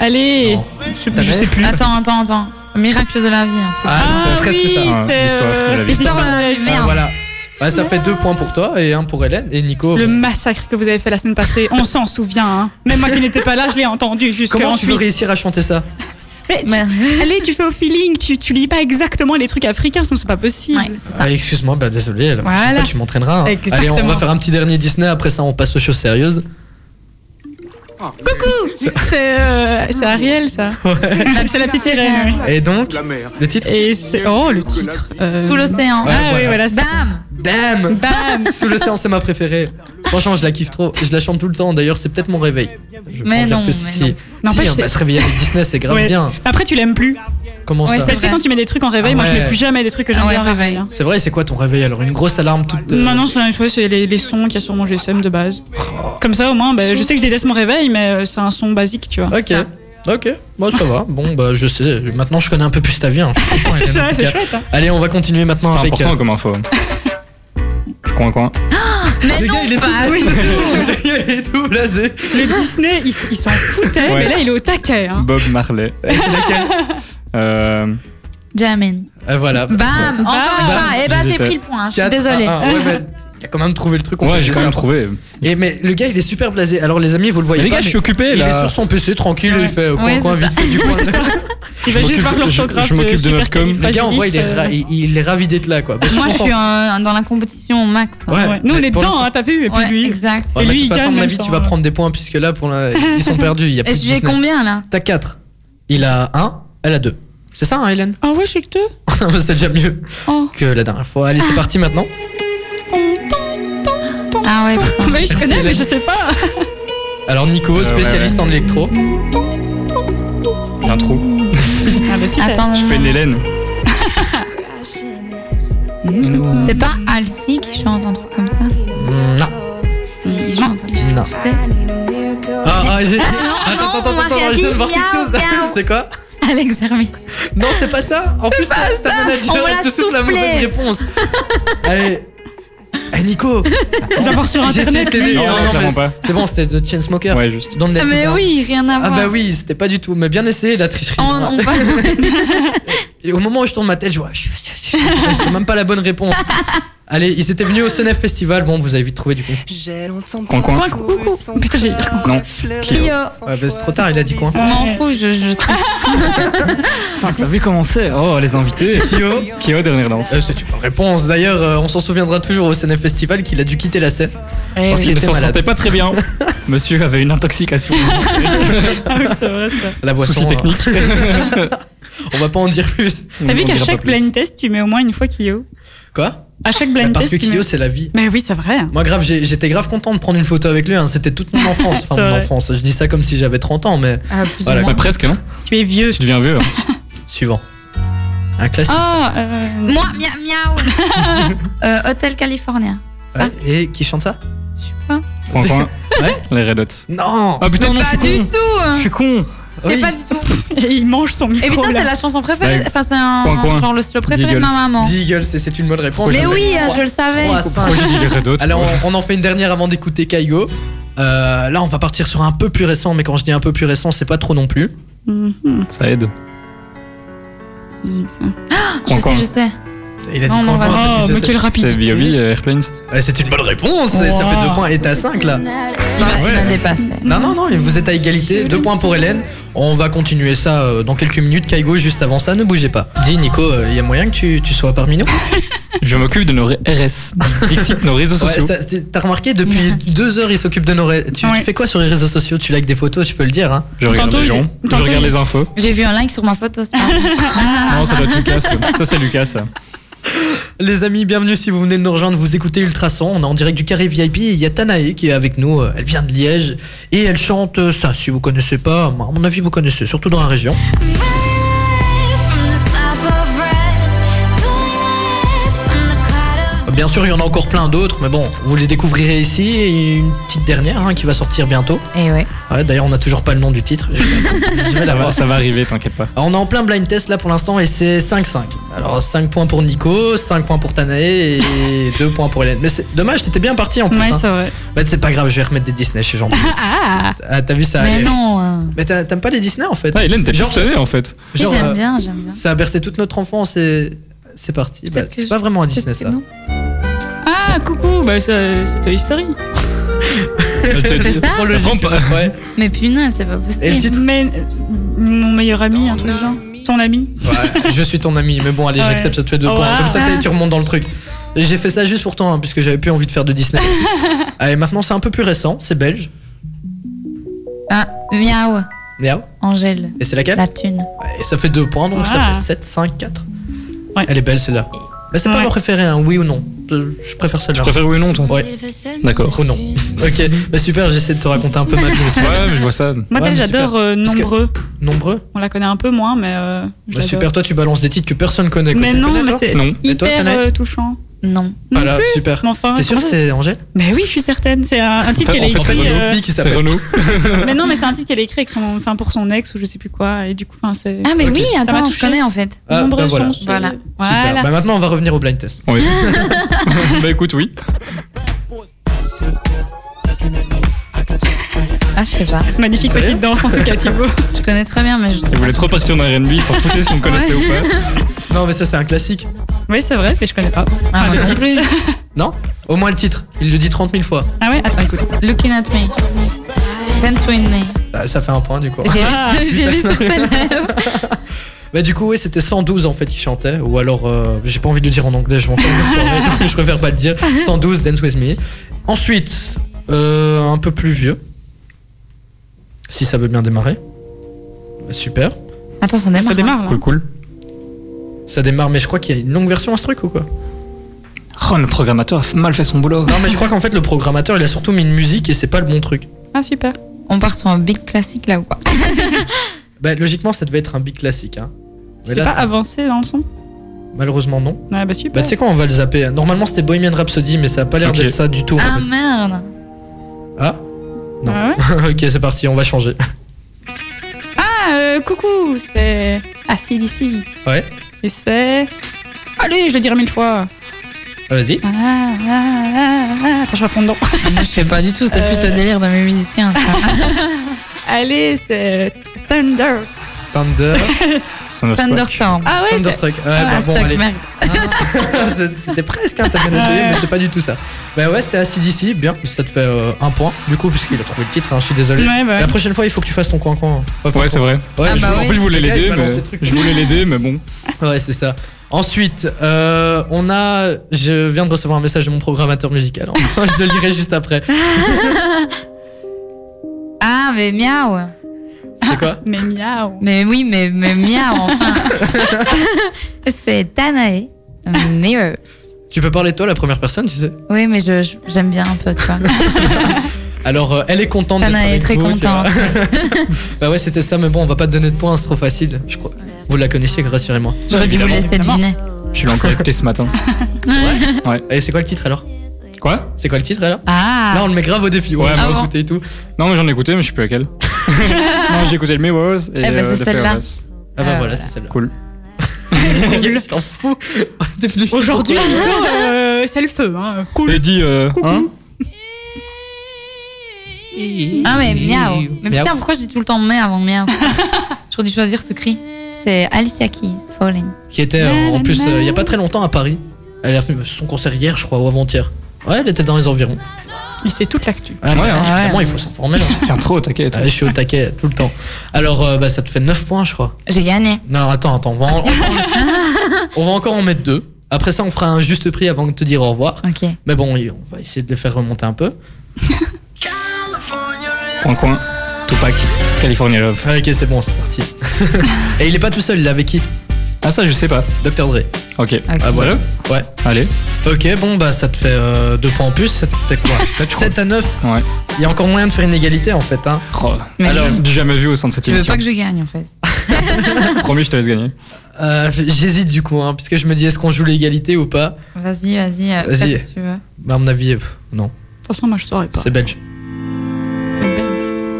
Allez, Non. je, T'as je jamais sais plus. Attends, attends, attends. Miracle de la vie. un truc. c'est Ah, presque oui, ça. hein. Ah, c'est l'histoire de la euh, vie. L'histoire de la vie, Ah, merde. voilà. Ouais, ça fait deux points pour toi et un pour Hélène et Nico. Le bah, massacre que vous avez fait la semaine passée, on s'en souvient. Hein. Même moi qui n'étais pas là, je l'ai entendu jusqu'en Comment tu veux Suisse. réussir à chanter ça Mais tu- Mais- Allez, tu fais au feeling, tu, tu lis pas exactement les trucs africains, sinon c'est pas possible. Ouais, c'est ça. ah, Excuse-moi, bah désolé. La prochaine Voilà. fois, tu m'entraîneras. hein. Allez, Exactement. on va faire un petit dernier Disney. Après ça, on passe aux choses sérieuses. C'est euh, c'est Ariel, ça. C'est la petite sirène. oui. Et donc, le titre Et c'est. Oh, le titre. euh, Sous l'océan. Ouais, Ah oui, voilà. voilà. c'est- Bam. Damn Bam. Sous l'océan, c'est ma préférée. Franchement, je la kiffe trop. Je la chante tout le temps. D'ailleurs, c'est peut-être mon réveil. Je vais Mais pas dire non, que si- mais si. non. Si, N'empêche, hein, bah, c'est- se réveiller avec Disney, c'est grave Ouais. bien. Après, tu l'aimes plus. Comment Ouais, ça Tu c'est- sais, quand tu mets des trucs en réveil, Ah moi je ouais. mets plus jamais les trucs que j'aime Ah bien en ouais, réveil. pareil. hein. C'est vrai, c'est quoi ton réveil alors Une grosse alarme toute. euh, Non, non, c'est la même chose, c'est les, les sons qu'il y a sur mon GSM de base. Comme ça, au moins, bah, je sais que je délaisse mon réveil, mais euh, c'est un son basique, tu vois. Ok. ça. Ok, bon ça va, bon bah je sais, maintenant je connais un peu plus ta vie. hein. Je suis content, Hélène, C'est en vrai, tout c'est cas. chouette. hein. Allez, on va continuer C'est maintenant avec. important comme info. Coin coin. euh, Mais Le gars, non, il est pas. tout, le gars, il est tout blasé. Le Disney, il, s- il s'en foutait, Ouais. mais là, il est au taquet. Hein. Bob Marley. Euh, Jamin. Et Euh, voilà. Bam. Encore une Bam. fois. Eh ben, j'ai J'étais- pris le point. Je suis Quatre, désolée. un, un. Ouais, mais il a quand même trouvé le truc. on peut Ouais, j'ai dire quand ça. même trouvé. Et mais le gars, il est super blasé. Alors les amis, vous le voyez Mais les pas. gars, je mais suis occupé il est là. sur son PC tranquille, Ouais. il fait euh, coin Ouais, coin c'est vite fait du coin. Il va Je juste m'occupe- voir je- l'orthographe. je m'occupe de notre com. Le gars, en vrai, il est, supercalifragiliste, ra- euh, il, il est ravi d'être là, quoi. Bah, je suis Moi, je content. suis euh, dans la compétition au max. hein. Ouais, Ouais. Nous, on mais est pour dedans, l'instant- hein, t'as vu Et puis Ouais, lui. exact. Ouais, Et mais lui, de toute il façon, à gagne mon même euh. avis, sans- tu vas prendre des points puisque là, pour la- ils sont perdus. Il y a Et plus de j'ai Disney. combien là T'as 4. Il a 1, elle a 2. C'est ça, hein, Hélène Ah ouais, j'ai que deux. C'est déjà mieux Oh. que la dernière fois. Allez, c'est parti maintenant. Ah ouais, putain. Mais je connais, mais je sais pas. Alors, Nico, ouais, spécialiste en électro. Mmh, J'ai un trou. Ah bah super. Attends, Je fais une Hélène. c'est pas Alcy qui chante un truc comme ça Non. Si, il chante, tu, tu Non. sais Ah, ah, j'ai. non, attends, attends, on m'a attends, rien attends, je dit. viens de voir quelque Miaou, chose. miaou. c'est quoi Alex Hermès. Non, c'est pas ça. En plus, ta ta manager On me elle l'a euh, te souffle la soufflé. mauvaise réponse. Allez. Eh, Nico Je dois voir sur J'ai essayé de internet. t'aider. lui. Non, clairement mais pas. C'est bon, c'était The Chainsmoker. Ouais, juste. Don't Let Ah, Me Mais Down. oui, rien à Ah voir. bah oui, c'était pas du tout. Mais bien essayé la tricherie. On, Voilà. on va- Et au moment où je tourne ma tête, je vois, je- je- je- je- c'est même pas la bonne réponse. Allez, ils étaient venus au Senef Festival. Bon, vous avez vite trouvé du coup. Coin coin. Coin, coucou. Putain, j'ai dire coucou. Non. Clio. Ouais, bah, c'est trop tard, il a dit coin. On m'en Ouais. fout, je, je triche. Putain, ça vu comment c'est. Oh, les invités. Kyo Kyo, dernière danse. Euh, C'est une bonne réponse. D'ailleurs, euh, on s'en souviendra toujours au Senef Festival qu'il a dû quitter la scène. Parce Eh oui. qu'il Il ne était s'en malade. sentait pas très bien. Monsieur avait une intoxication. Ah oui, c'est vrai, ça. La boisson. Souci hein. technique. On va pas en dire plus. T'as vu On qu'à dira pas chaque plus. blind test, tu mets au moins une fois Kyo Quoi À chaque Bah, blind Parce test. que tu mets- Kyo, c'est la vie. Mais oui, c'est vrai. hein. Moi, grave, j'ai- j'étais grave content de prendre une photo avec lui. hein. C'était toute mon enfance. Enfin, C'est mon vrai. enfance. Je dis ça comme si j'avais 30 ans, mais Ah, plus ou Voilà, Bah, moins. presque, non Tu es vieux. Tu deviens vieux. hein. suivant. Un classique. Oh, ça. Ah, euh, Moi, mia- miaou. euh, Hotel California. ça. Ouais, Et qui chante ça Point, point. Ouais. Les Red Hot. Non Ah putain, non, Pas je du suis con. tout. Je hein. suis con. Je sais Oui. pas du tout. et il mange son micro. Et putain, là. c'est la chanson préférée. Ouais. Enfin, c'est un Coin, coin. genre le slow préféré de Diggles. ma maman. Deagle, c'est- c'est une bonne réponse. Mais Ça oui, euh, fait je le savais. trois, Pourquoi cinq. j'ai dit les Red Hot Allez, on, on en fait une dernière avant d'écouter Kaigo. Euh, là, on va partir sur un peu plus récent, mais quand je dis un peu plus récent, c'est pas trop non plus. Mhm. Ça aide. Ah, Je Coin, coin. sais, je sais. Il a dit Non, quoi quoi, non, Oh, t'as dit, mais je sais. euh, quelle rapidité. C'est Biobi et Airplanes. Ouais, C'est une bonne réponse, et ça Wow. fait deux points. Et t'as 5 là. Il m'a- ouais. il m'a dépassé. Non, non, non, vous êtes à égalité. Deux points pour Hélène. On va continuer ça euh, dans quelques minutes. Kaigo, juste avant ça, ne bougez pas. Dis, Nico, il y a moyen que tu, tu sois parmi nous Je m'occupe de nos RS, Dixit, nos réseaux Ouais, sociaux. ça, c'est- T'as remarqué, depuis deux heures, il s'occupe de nos ré- Tu, tu Ouais. fais quoi sur les réseaux sociaux Tu likes des photos, tu peux le dire. Hein Je regarde Tantôt, les il- gens, je tantôt, regarde il- les infos. J'ai vu un like sur ma photo ce matin. Non, ça doit être Lucas. ça. Ça, c'est Lucas. ça. Les amis, bienvenue si vous venez de nous rejoindre, vous écoutez Ultrason, on est en direct du carré VIP, et il y a Tanae qui est avec nous, euh, elle vient de Liège et elle chante euh, ça, si vous connaissez pas, à mon avis vous connaissez, surtout dans la région. Bien sûr il y en a encore plein d'autres, mais bon, vous les découvrirez ici, et une petite dernière hein, qui va sortir bientôt. Et Eh ouais. Ouais, D'ailleurs on n'a toujours pas le nom du titre, je vais- je vais Ça va, l'avoir. ça va arriver, t'inquiète pas. Alors, on est en plein blind test là pour l'instant et c'est 5-5. Alors 5 points pour Nico, 5 points pour Tanae et 2 points pour Hélène. Mais c'est dommage, t'étais bien parti en plus. Ouais, hein. c'est vrai. Bah c'est pas grave, je vais remettre des Disney chez Jean. Ah, Ah, t'as vu ça Mais elle- non. euh, Mais t'a- t'aimes pas les Disney en fait Ah, Hélène, t'es Genre, pistonnée en fait. si, Genre, euh, J'aime bien, j'aime bien. Ça a bercé toute notre enfance et c'est parti. Bah, Peut-être que c'est je- pas vraiment un Disney Peut-être que ça. non. ah, coucou, bah, ça- c'est Toy Story. Elle te C'est dit- ça Elle prend pas. Ouais. Mais punaise, c'est pas Et le possible. titre Mais, euh, mon meilleur ami, un truc genre. Ton ami. Ouais, Je suis ton ami, mais bon allez, Ouais. j'accepte, ça te fait deux Oh, points. wow. Comme ça, t'as- Ah. tu remontes dans le truc. Et J'ai fait ça juste pour toi, hein, puisque j'avais plus envie de faire de Disney. allez, maintenant c'est un peu plus récent, c'est belge. Ah, miaou. Miaou. Angèle. Et c'est laquelle La thune. Et ça fait deux points, donc ça Ah. fait 7, 5, 4. Ouais. Elle est belle celle-là. Mais c'est pas Ouais. ma préférée, hein, oui ou non. Euh, Je préfère Tu celle-là. préfères oui ou non, toi Ouais. D'accord. Ou non. Ok, bah super, j'essaie de te raconter un peu ma vie. mais c'est pas- Ouais, mais je vois ça. Moi, Ouais, elle, mais j'adore euh, Parce que- Nombreux. Nombreux On la connaît un peu moins, mais. euh, je Bah l'adore. super, toi tu balances des titres que personne connaît. quoi. Mais Tu le non, connais, mais toi c'est Non. hyper Et toi, Tanaï euh, touchant. Non. Ah, Non Voilà, plus. super. Mais enfin, Ah, T'es sûr que comment- c'est Angèle Mais oui, je suis certaine. C'est un, un titre Enfin, qu'elle en a fait, c'est écrit. Renaud. euh, Fille qui C'est s'appelle. Renaud. mais non, mais c'est un titre qu'elle a écrit avec son, enfin pour son ex ou je sais plus quoi. Et du coup, enfin, c'est. Ah, mais Ok. oui, Ça m'a attends, je touchée. connais en fait. Ah, Nombreux bah voilà. changent, euh, Voilà. Super. Voilà. Bah maintenant on va revenir au blind test. Ouais. bah écoute, oui. Ah, je sais pas. Magnifique Sérieux petite danse en tout cas, Thibaut. Je connais très bien, mais je Il voulait trop partir dans RB, il s'en foutait si on connaissait ou pas. Non mais ça c'est un classique. Oui, c'est vrai, mais je connais pas. Ah, moi non plus. Non Au moins le titre. Il le dit 30 000 fois. Ah ouais, attends, écoute. Looking at me. Dance with me. Bah, ça fait un point du coup. J'ai Ah, lu, j'ai lu sur tes lèvres. Bah du coup oui c'était 112 en fait qui chantait. Ou alors euh, j'ai pas envie de le dire en anglais, je m'en fous, je préfère pas le dire. 112 Dance With Me. Ensuite, euh, un peu plus vieux. Si ça veut bien démarrer. Bah, Super. Attends, ça démarre. Ça démarre hein. là. Cool, cool. Ça démarre mais je crois qu'il y a une longue version à ce truc ou quoi Oh, le programmateur a mal fait son boulot. Non mais je crois qu'en fait le programmateur il a surtout mis une musique et c'est pas le bon truc. Ah super. hein. On part sur un big classique là ou quoi Bah logiquement ça devait être un big classique hein. Mais C'est là, pas ça- avancé dans le son malheureusement non. Ah bah super. Bah tu sais quoi on va le zapper. Normalement c'était Bohemian Rhapsody mais ça a pas l'air Ok. d'être ça du tout. en Ah fait. merde Ah non. Ah ouais ok c'est parti on va changer. Ah euh, coucou, c'est Acide ici. Ouais. Et c'est. Allez, je le dirai mille fois. Ah, Vas-y. Ah, ah, ah, ah. Attends, je reprends dedans. Moi je sais pas du tout, c'est plus le délire de mes musiciens. ça. Allez, c'est Thunder. Thunder. Thunderstorm. Ah ouais, c'est- Thunderstruck. Ouais, bah Ah, bon stock, allez. merde. C'est- c'était presque hein, t'as bien essayé mais c'est pas du tout ça. Bah ouais c'était Acid ici bien ça te fait euh, un point du coup puisqu'il a trouvé le titre hein, je suis désolé. Ouais, bah. La prochaine fois il faut que tu fasses ton coin coin. Ouais, c'est vrai. Ouais, Ah, je- bah En oui. plus, je voulais Le gars, il l'aider, balance des mais... trucs. Je voulais l'aider, mais bon. Ouais, c'est ça. Ensuite, euh, on a. Je viens de recevoir un message de mon programmateur musical. je le lirai juste après. Ah, mais miaou C'est quoi Mais miaou. Mais oui, mais, mais Mia, enfin. c'est Danae Mears. Tu peux parler de toi, la première personne, tu sais Oui, mais je- je- j'aime bien un peu, tu vois. Alors, euh, elle est contente d'être Danae est avec très vous, tu vois. contente. bah ouais, c'était ça, mais bon, on va pas te donner de points, c'est trop facile. Je crois. Vous la connaissiez, rassurez-moi. J'aurais dû vous laisser Évidemment. deviner. Je l'ai encore écouté ce matin. Et c'est quoi le titre alors Quoi C'est quoi le titre alors Là, Ah on le met grave au défi. Ouais, Ouais, vous ah vous bon. foutez et tout. Non, mais j'en ai écouté, mais je sais plus laquelle. non, j'ai écouté le Mirrors et Eh ben, euh, c'est The celle-là. Fairness. Ah bah Ah, voilà, voilà. c'est celle-là. Cool. Tu t'en fous. T'es venu- Aujourd'hui, encore, euh, c'est le feu. Hein. Cool. Et dit, euh, hein Ah, mais miaou. Mais Miaou. putain, pourquoi je dis tout le temps mais avant miaou J'aurais dû choisir ce cri. C'est Alicia Keys, Falling. Qui était euh, en plus, euh, il y a pas très longtemps à Paris. Elle a fait son concert hier, je crois, ou avant-hier. Ouais, elle était dans les environs. Il sait toute l'actu. Ouais, mais Ouais, hein. évidemment, Ouais. il faut s'informer. hein. Tiens, trop, t'inquiète. Ouais, je suis au taquet tout le temps. Alors, euh, bah, ça te fait 9 points, je crois. J'ai gagné. Non, attends, attends. On va, en- on va encore en mettre deux. Après ça, on fera un juste prix avant de te dire au revoir. Ok. Mais bon, on va essayer de les faire remonter un peu. Point coin. Tupac, California Love. Ah, Ok, c'est bon, c'est parti. Et il est pas tout seul, il est avec qui Ah, ça, je sais pas. Dr. Dre. Ok. Ah, voilà. Ouais. Allez. Ok, bon, bah ça te fait 2 points en plus, ça te fait quoi 7, à 9 Ouais. Il y a encore moyen de faire une égalité en fait. Hein. Oh, Mais Alors, du jamais vu au sein de cette Tu veux émission. pas que je gagne, en fait. Promis, je te laisse gagner. Euh, J'hésite du coup, hein, puisque je me dis est-ce qu'on joue l'égalité ou pas Vas-y, vas-y. euh, Vas-y. fais ce que tu veux. Bah, à mon avis, euh, pff, non, Attention, moi je saurais pas. Ben. c'est belge.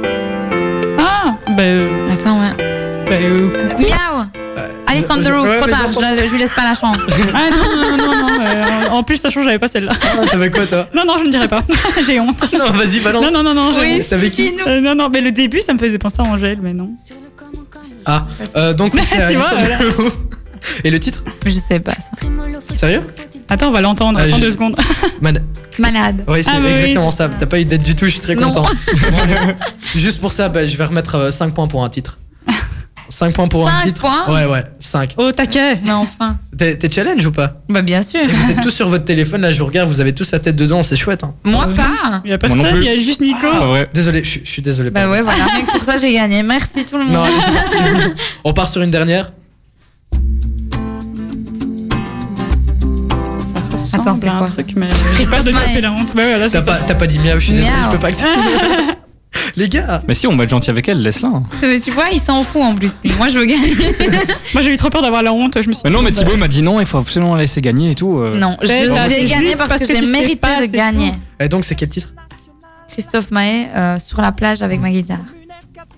Ah Bah, euh, Attends, ouais. bah euh, coucou. Miaou Alessandro Roof, trop tard. Je, la- je lui laisse pas la chance. Ah non, non, non, non, non. euh, en plus, sachant que j'avais pas celle-là. T'avais Ah, quoi toi Non, non, je ne dirais pas. Ah, J'ai honte. Non, vas-y, balance. Non, non, non, non. j'ai honte. T'avais qui Dis-nous. Euh, non, non, mais le début, ça me faisait penser à Angèle, mais non. Ah, euh, donc oui, c'est Tu vois, Alexandre Leroux. Et le titre Je sais pas ça. Sérieux Attends, on va l'entendre. Ah, Attends j'ai- deux secondes. Man... Malade. Ouais, c'est Ah, bah oui, exactement c'est ça. ça. T'as pas eu d'aide du tout, je suis très Non. content. Juste pour ça, bah, je vais remettre 5 points pour un titre. 5 points pour un Cinq titre points Ouais, ouais, 5. Au taquet. Mais enfin. T'es t'es challenge ou pas Bah, bien sûr. Et vous êtes tous sur votre téléphone, là je vous regarde, vous avez tous la tête dedans, c'est chouette. hein. Moi, pas. Il y a Moi non personne, plus. il y a juste Nico. Ah, vrai. Désolé, je suis- je suis désolé. Bah, pardon. ouais, voilà. Rien que pour ça, j'ai gagné. Merci tout le Non, monde. allez, c'est parti. On part sur une dernière. Ça ressemble Attends, c'est à un quoi truc, mais j'ai Christophe peur de taper Maé. la honte. Bah, voilà, T'as c'est pas, ça. t'as pas dit miaou, je suis désolé, Miaou. je peux pas accepter. Les gars Mais si, on va être gentil avec elle, laisse-la. hein. Mais tu vois, il s'en fout en plus. lui. Moi, je veux gagner. Moi, j'ai eu trop peur d'avoir la honte. Je me suis Mais non, dit, mais bah, Thibaut m'a dit non, il faut absolument la laisser gagner et tout. euh. Non, je- Ben, ça, c'est j'ai gagné juste parce, parce que, que tu j'ai sais mérité pas, de c'est gagner. Et eh, donc c'est quel titre Christophe Maé euh, sur la plage avec ma guitare.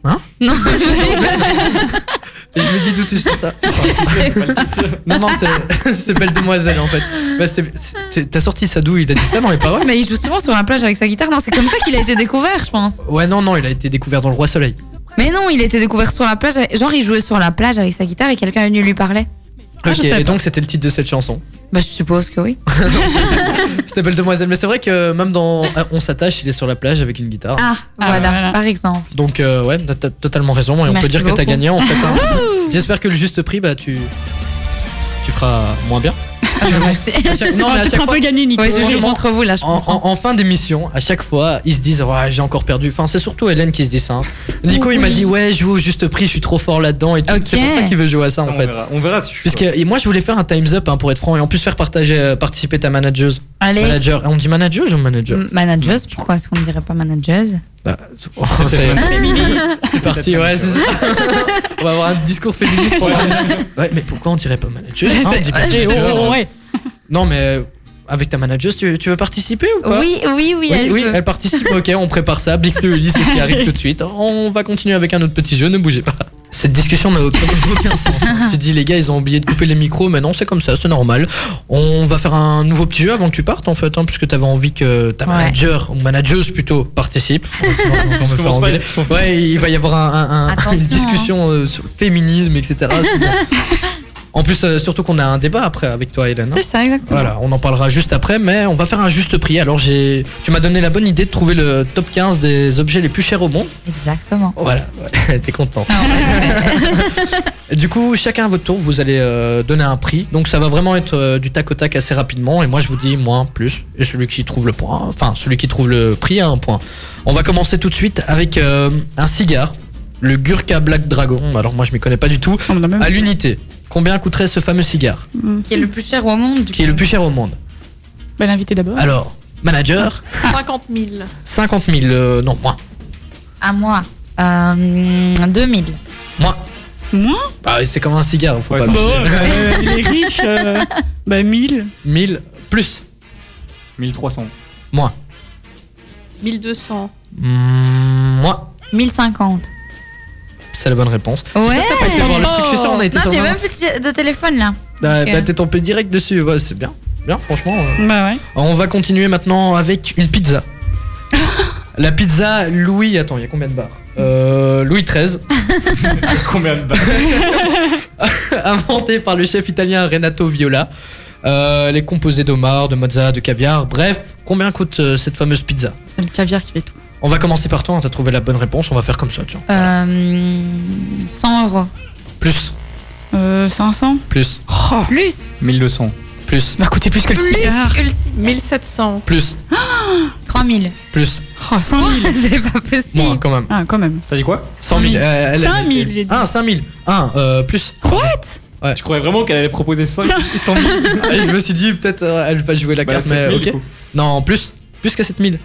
Hein Non, Je me dis d'où tu sais ça. non, non, c'est- c'est Belle Demoiselle en fait. Bah, c'était- c'est- T'as sorti ça d'où Il a dit ça dans les paroles mais il joue souvent sur la plage avec sa guitare. Non, c'est comme ça qu'il a été découvert, je pense. Ouais, non, non, il a été découvert dans le Roi Soleil. Mais non, il a été découvert sur la plage. avec- Genre, il jouait sur la plage avec sa guitare et quelqu'un est venu lui parler. Ah, je ok, savais et donc c'était le titre de cette chanson. Bah, je suppose que oui. C'était Belle Demoiselle. Mais c'est vrai que même dans Ah, On s'attache, il est sur la plage avec une guitare. Ah, Ah, voilà, voilà. par exemple. Donc, euh, ouais, t'as- t'as totalement raison. Et on Merci peut dire que t'as beaucoup. gagné en fait. hein. J'espère que le juste prix, bah, tu. Tu feras moins bien. Ah, bah, merci. À chaque- oh, Non, mais à tu te chaque un fois. peu gagné, Nico. Ouais, je joue Franchement, contre vous là, je En, comprends. en- en fin d'émission, à chaque fois, ils se disent ouais, j'ai encore perdu. Enfin, c'est surtout Hélène qui se dit ça. hein. Nico, il m'a dit ouais, je joue au juste prix, je suis trop fort là-dedans. Et tout. Ok. C'est pour ça qu'il veut jouer à ça, Ça, en on fait. verra. On verra si je suis. Puisque et moi, je voulais faire un times up hein, pour être franc et en plus faire partager, euh, participer ta manageuse. Allez, Manager. On dit manageuse ou manager Mm. m- Mm, manageuse, Mm. pourquoi est-ce qu'on ne dirait pas manageuse Bah, oh, c'est- C'est parti, ouais, c'est ça. On va avoir un discours féministe pour la Ouais, mais pourquoi on dirait pas manageuse hein, on dit pas Eh, oh, manager. oh, ouais. Non, mais euh, avec ta manageuse, tu, tu veux participer ou pas Oui, oui, oui, Oui, elle oui, veut. elle participe. Ok, on prépare ça. Big Flo et Ulysse, c'est ce qui arrive tout de suite. On va continuer avec un autre petit jeu. Ne bougez pas. Cette discussion n'a aucun, aucun sens. Tu dis les gars, ils ont oublié de couper les micros, mais non, c'est comme ça, c'est normal. On va faire un nouveau petit jeu avant que tu partes en fait, hein, puisque t'avais envie que ta Ouais. manager ou manageuse plutôt participe. On va me faire commence pas la engueuler. discussion. Ouais, il va y avoir un- un- un- une Attention, hein. discussion euh, sur le féminisme, etc. C'est bon. En plus, euh, surtout qu'on a un débat après avec toi, Hélène. hein. C'est ça, exactement. Voilà, on en parlera juste après, mais on va faire un juste prix. Alors, j'ai, tu m'as donné la bonne idée de trouver le top 15 des objets les plus chers au monde. Exactement. Voilà, ouais, t'es content. Ah, ouais, ouais. Du coup, chacun à votre tour, vous allez euh, donner un prix. Donc, ça va vraiment être euh, du tac au tac assez rapidement. Et moi, je vous dis moins, plus. Et celui qui trouve le point, enfin, celui qui trouve le prix a un point. On va commencer tout de suite avec euh, un cigare. le Gurkha Black Dragon, alors moi je m'y connais pas du tout, On en a même. à l'unité. Combien coûterait ce fameux cigare Qui est le plus cher au monde du qui est le plus cher au monde Bah, l'invité d'abord. Alors, manager, 50 000. 50 000, euh, non, moins. À moi. Euh, 2000. Moins. Moins Bah, c'est comme un cigare, faut pas Ouais, c'est abuser. bon. Euh, Il est riche. euh, bah, 1000. 1000 plus, 1300. moins. 1200. Mm, Moins. 1050. C'est la bonne réponse. Ouais T'as pas été voir le truc, je suis sûr, on a été Non, sur j'ai le- même plus de de téléphone là. Ah, Ok. Bah, t'es tombé direct dessus, ouais, c'est bien. Bien, franchement. euh. Bah, ouais. On va continuer maintenant avec une pizza. La pizza Louis, attends, il y a combien de barres Euh, Louis XIII, Combien de balles inventée par le chef italien Renato Viola. Euh, elle est composée d'homards, de mozza, de caviar. Bref, combien coûte euh, cette fameuse pizza C'est le caviar qui fait tout. On va commencer par toi, hein, t'as trouvé la bonne réponse, on va faire comme ça, tiens. Euh, 100 euros. Plus, Euh, 500 plus, Oh Plus 1200. plus, va coûter plus que le Plus cigare. que le cigare. 1700. plus, 3000. plus, Oh, 5000. C'est pas moins possible. quand même. Ah, quand même. T'as dit quoi 100 000. euh, elle- 5 000, j'ai dit. Ah, 5 000. Ah, euh, plus. Je croyais vraiment qu'elle allait proposer 5 100 000. Ah, je me suis dit, peut-être euh, elle va jouer la Bah, carte, 7 mais 000, du ok. coup. Non, plus, plus que 7000.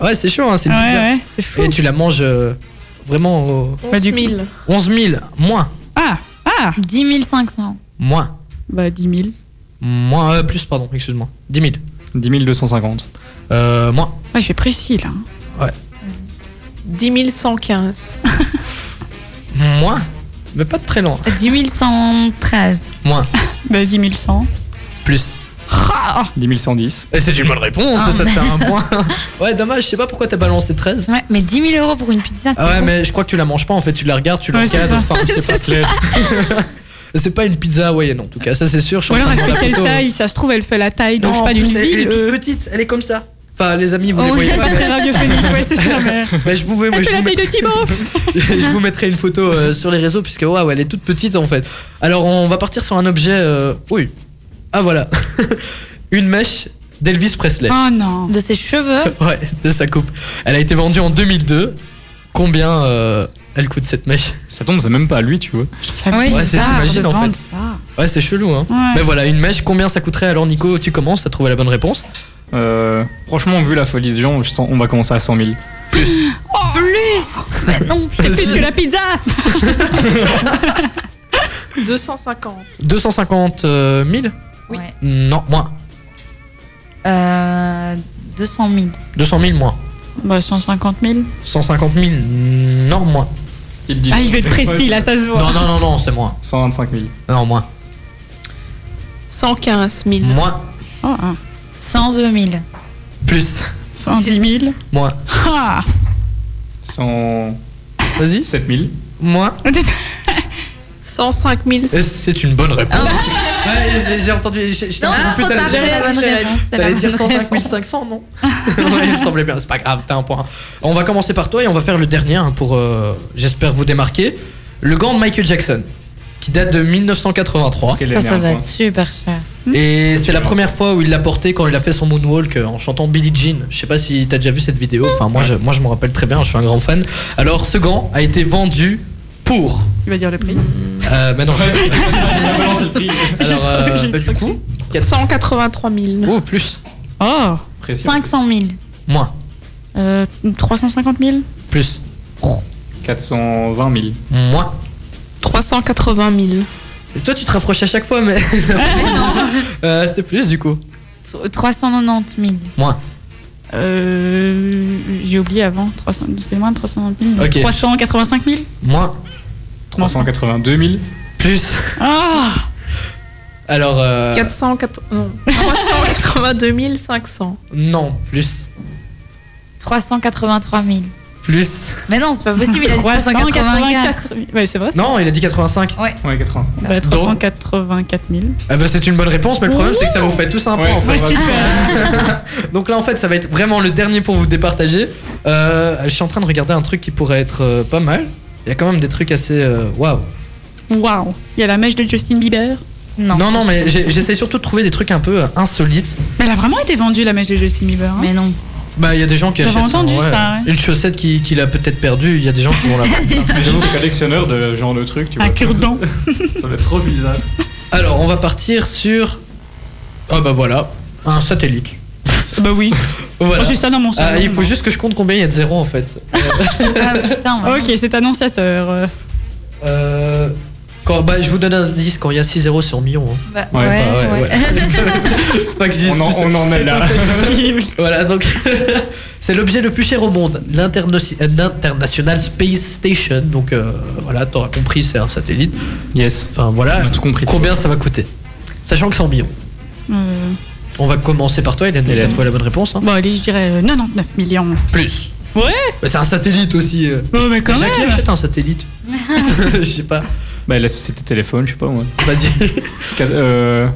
Ouais, c'est chaud, hein, c'est une ouais, pizza. ouais, c'est fou. Et tu la manges euh, vraiment euh, 11 Bah, du 000. coup- 11 000, moins, Ah, ah 10 500. moins, Bah, 10 000. moins, euh, plus, pardon, excuse-moi. 10 000, 10 250. euh, moins, Ouais, je fais précis, là. 10 115. moins, mais pas de très loin. 10 113. Moins, Bah, 10 100. plus. 10 110. Et c'est une bonne réponse, ça te fait un point. Ah, ouais, dommage, je sais pas pourquoi t'as balancé 13. Ouais, mais 10 000 euros pour une pizza, c'est Ah ouais, ouf. mais je crois que tu la manges pas en fait, tu la regardes, tu Ouais, c'est l'encadres, ça. enfin, je sais pas. C'est pas une pizza hawaïenne en tout cas, ça c'est sûr. je suis Ou en alors, train elle de fait voir la quelle photo. taille Ça se trouve, elle fait la taille de, je sais Non, pas, en d'une plus, elle, elle est ville. toute euh, petite, elle est comme ça. Enfin, les amis, vous Oh, les oui, voyez C'est pas. pas très radiophonique, ouais, c'est ça, mais. Mais je vous, mais Elle je fait vous la mets- taille de Thibaut je vous mettrai une photo euh, sur les réseaux puisque waouh elle est toute petite en fait. Alors on va partir sur un objet. euh, Oui. Ah voilà. une mèche d'Elvis Presley. Oh non De ses cheveux, Ouais, de sa coupe. Elle a été vendue en 2002. Combien euh, elle coûte cette mèche Ça tombe, c'est même pas à lui, tu vois. Ça Ouais, me Ouais, c'est- bizarre j'imagine, de en fait. vendre ça. Ouais, c'est chelou hein. Ouais. Mais voilà, une mèche, combien ça coûterait Alors Nico, tu commences, t'as trouvé la bonne réponse Euh, franchement, vu la folie des gens, je sens- on va commencer à 100 000. plus Mais non Plus que la pizza 250. 250 euh, 000 Oui. Non, moins. Euh, 200 000. 200 000 moins. Bah, 150 000. 150 000 Non, moins. Il dit. Ah, il va être précis, là, ça se voit. Non, non, non, non, c'est moins. 125 000. Non, moins. 115 000. Moins. Oh, hein. 102 000. Plus. 110 000. Moins. Ah 107 Vas-y. 000. Moins. 105 Et 000. c'est une bonne réponse. ouais, j'ai- j'ai entendu. j'ai- j'ai- Ah. Non, en c'est plus, trop t'allais tard, dire- c'est la bonne t'allais- réponse. c'est la T'allais dire bonne 105 réponse. 500, non Ouais, Il me semblait bien, c'est pas grave, t'as un point. On va commencer par toi et on va faire le dernier hein, pour, euh, j'espère, vous démarquer. Le gant de Michael Jackson, qui date de Ah, 1983. Quel Ça, dernier ça doit point. être super cher. Et c'est la première fois où il l'a porté quand il a fait son moonwalk euh, en chantant Billie Jean. Je sais pas si t'as déjà vu cette vidéo, enfin moi je, moi je m'en rappelle très bien, je suis un grand fan. Alors ce gant a été vendu pour... Tu vas dire le prix Euh, mais non, alors J'ai trop- euh, j'ai bah, du trop coup... 183 000. Oh, plus, Oh Précis. 500 000. moins, euh, 350 000 plus, 420 000. moins. 380 000. Et toi, tu te rapproches à chaque fois, mais. Euh, c'est plus du coup. Tro- 390 000. Moins. Euh, J'ai oublié avant, 300 c'est moins de 300 000. donc Ok. 385 000 Moins. 382 000. Plus. Ah Alors. Euh, 480 non, 382 500. Non, plus. 383 000. Plus. Mais non, c'est pas possible, il a dit 384. 384 000. Ouais, c'est vrai. Non, il a dit 85. Ouais, 85. c'est- Bah, 384 000. Ah bah, c'est une bonne réponse, mais le problème, c'est que ça vous fait tous un point Ouais. en fait. Ouais, super. Donc là, en fait, ça va être vraiment le dernier pour vous départager. Euh, je suis en train de regarder un truc qui pourrait être euh, pas mal. Il y a quand même des trucs assez. euh, Waouh! Waouh Il y a la mèche de Justin Bieber. Non, Non, non, mais j'ai- j'essaie surtout de trouver des trucs un peu euh, insolites. Mais elle a vraiment été vendue, la mèche de Justin Bieber. hein. Mais non. Bah, il y a des gens qui J'avais achètent. entendu ça, ouais. Une chaussette qui- qu'il a peut-être perdue, il y a des gens qui vont la prendre. Ah, J'avoue que collectionneur de genre de truc, tu vois. Un cure-dent. Ça va être trop bizarre. Alors, on va partir sur. Ah, bah voilà, un satellite. bah oui. Voilà. Moi, j'ai ça dans mon salon. Ah, il faut juste que je compte combien il y a de zéros en fait. Ah, putain, ouais. Ok, c'est annonciateur. euh. Euh, quand, bah, je vous donne un indice quand il y a 6 zéros, c'est en millions. hein. Bah, Ouais, ouais, bah ouais, ouais. Pas que je dise On en, plus. on en est là. Possible. Voilà, donc c'est l'objet le plus cher au monde, l'interno- euh, l'International Space Station. Donc euh, voilà, t'auras compris, c'est un satellite. Yes. Enfin voilà, On a tout compris. combien ça va coûter Sachant que c'est en millions. Euh, On va commencer par toi, Hélène, Hélène. t'as trouvé la bonne réponse. hein. Bon, allez, je dirais euh, 99 millions. Plus. Ouais. Bah, c'est un satellite aussi. euh. Bon, Oh, mais quand Déjà, qui même. achète un satellite Je sais pas. Bah, la société téléphone, je sais pas moi. Vas-y. Quat- euh,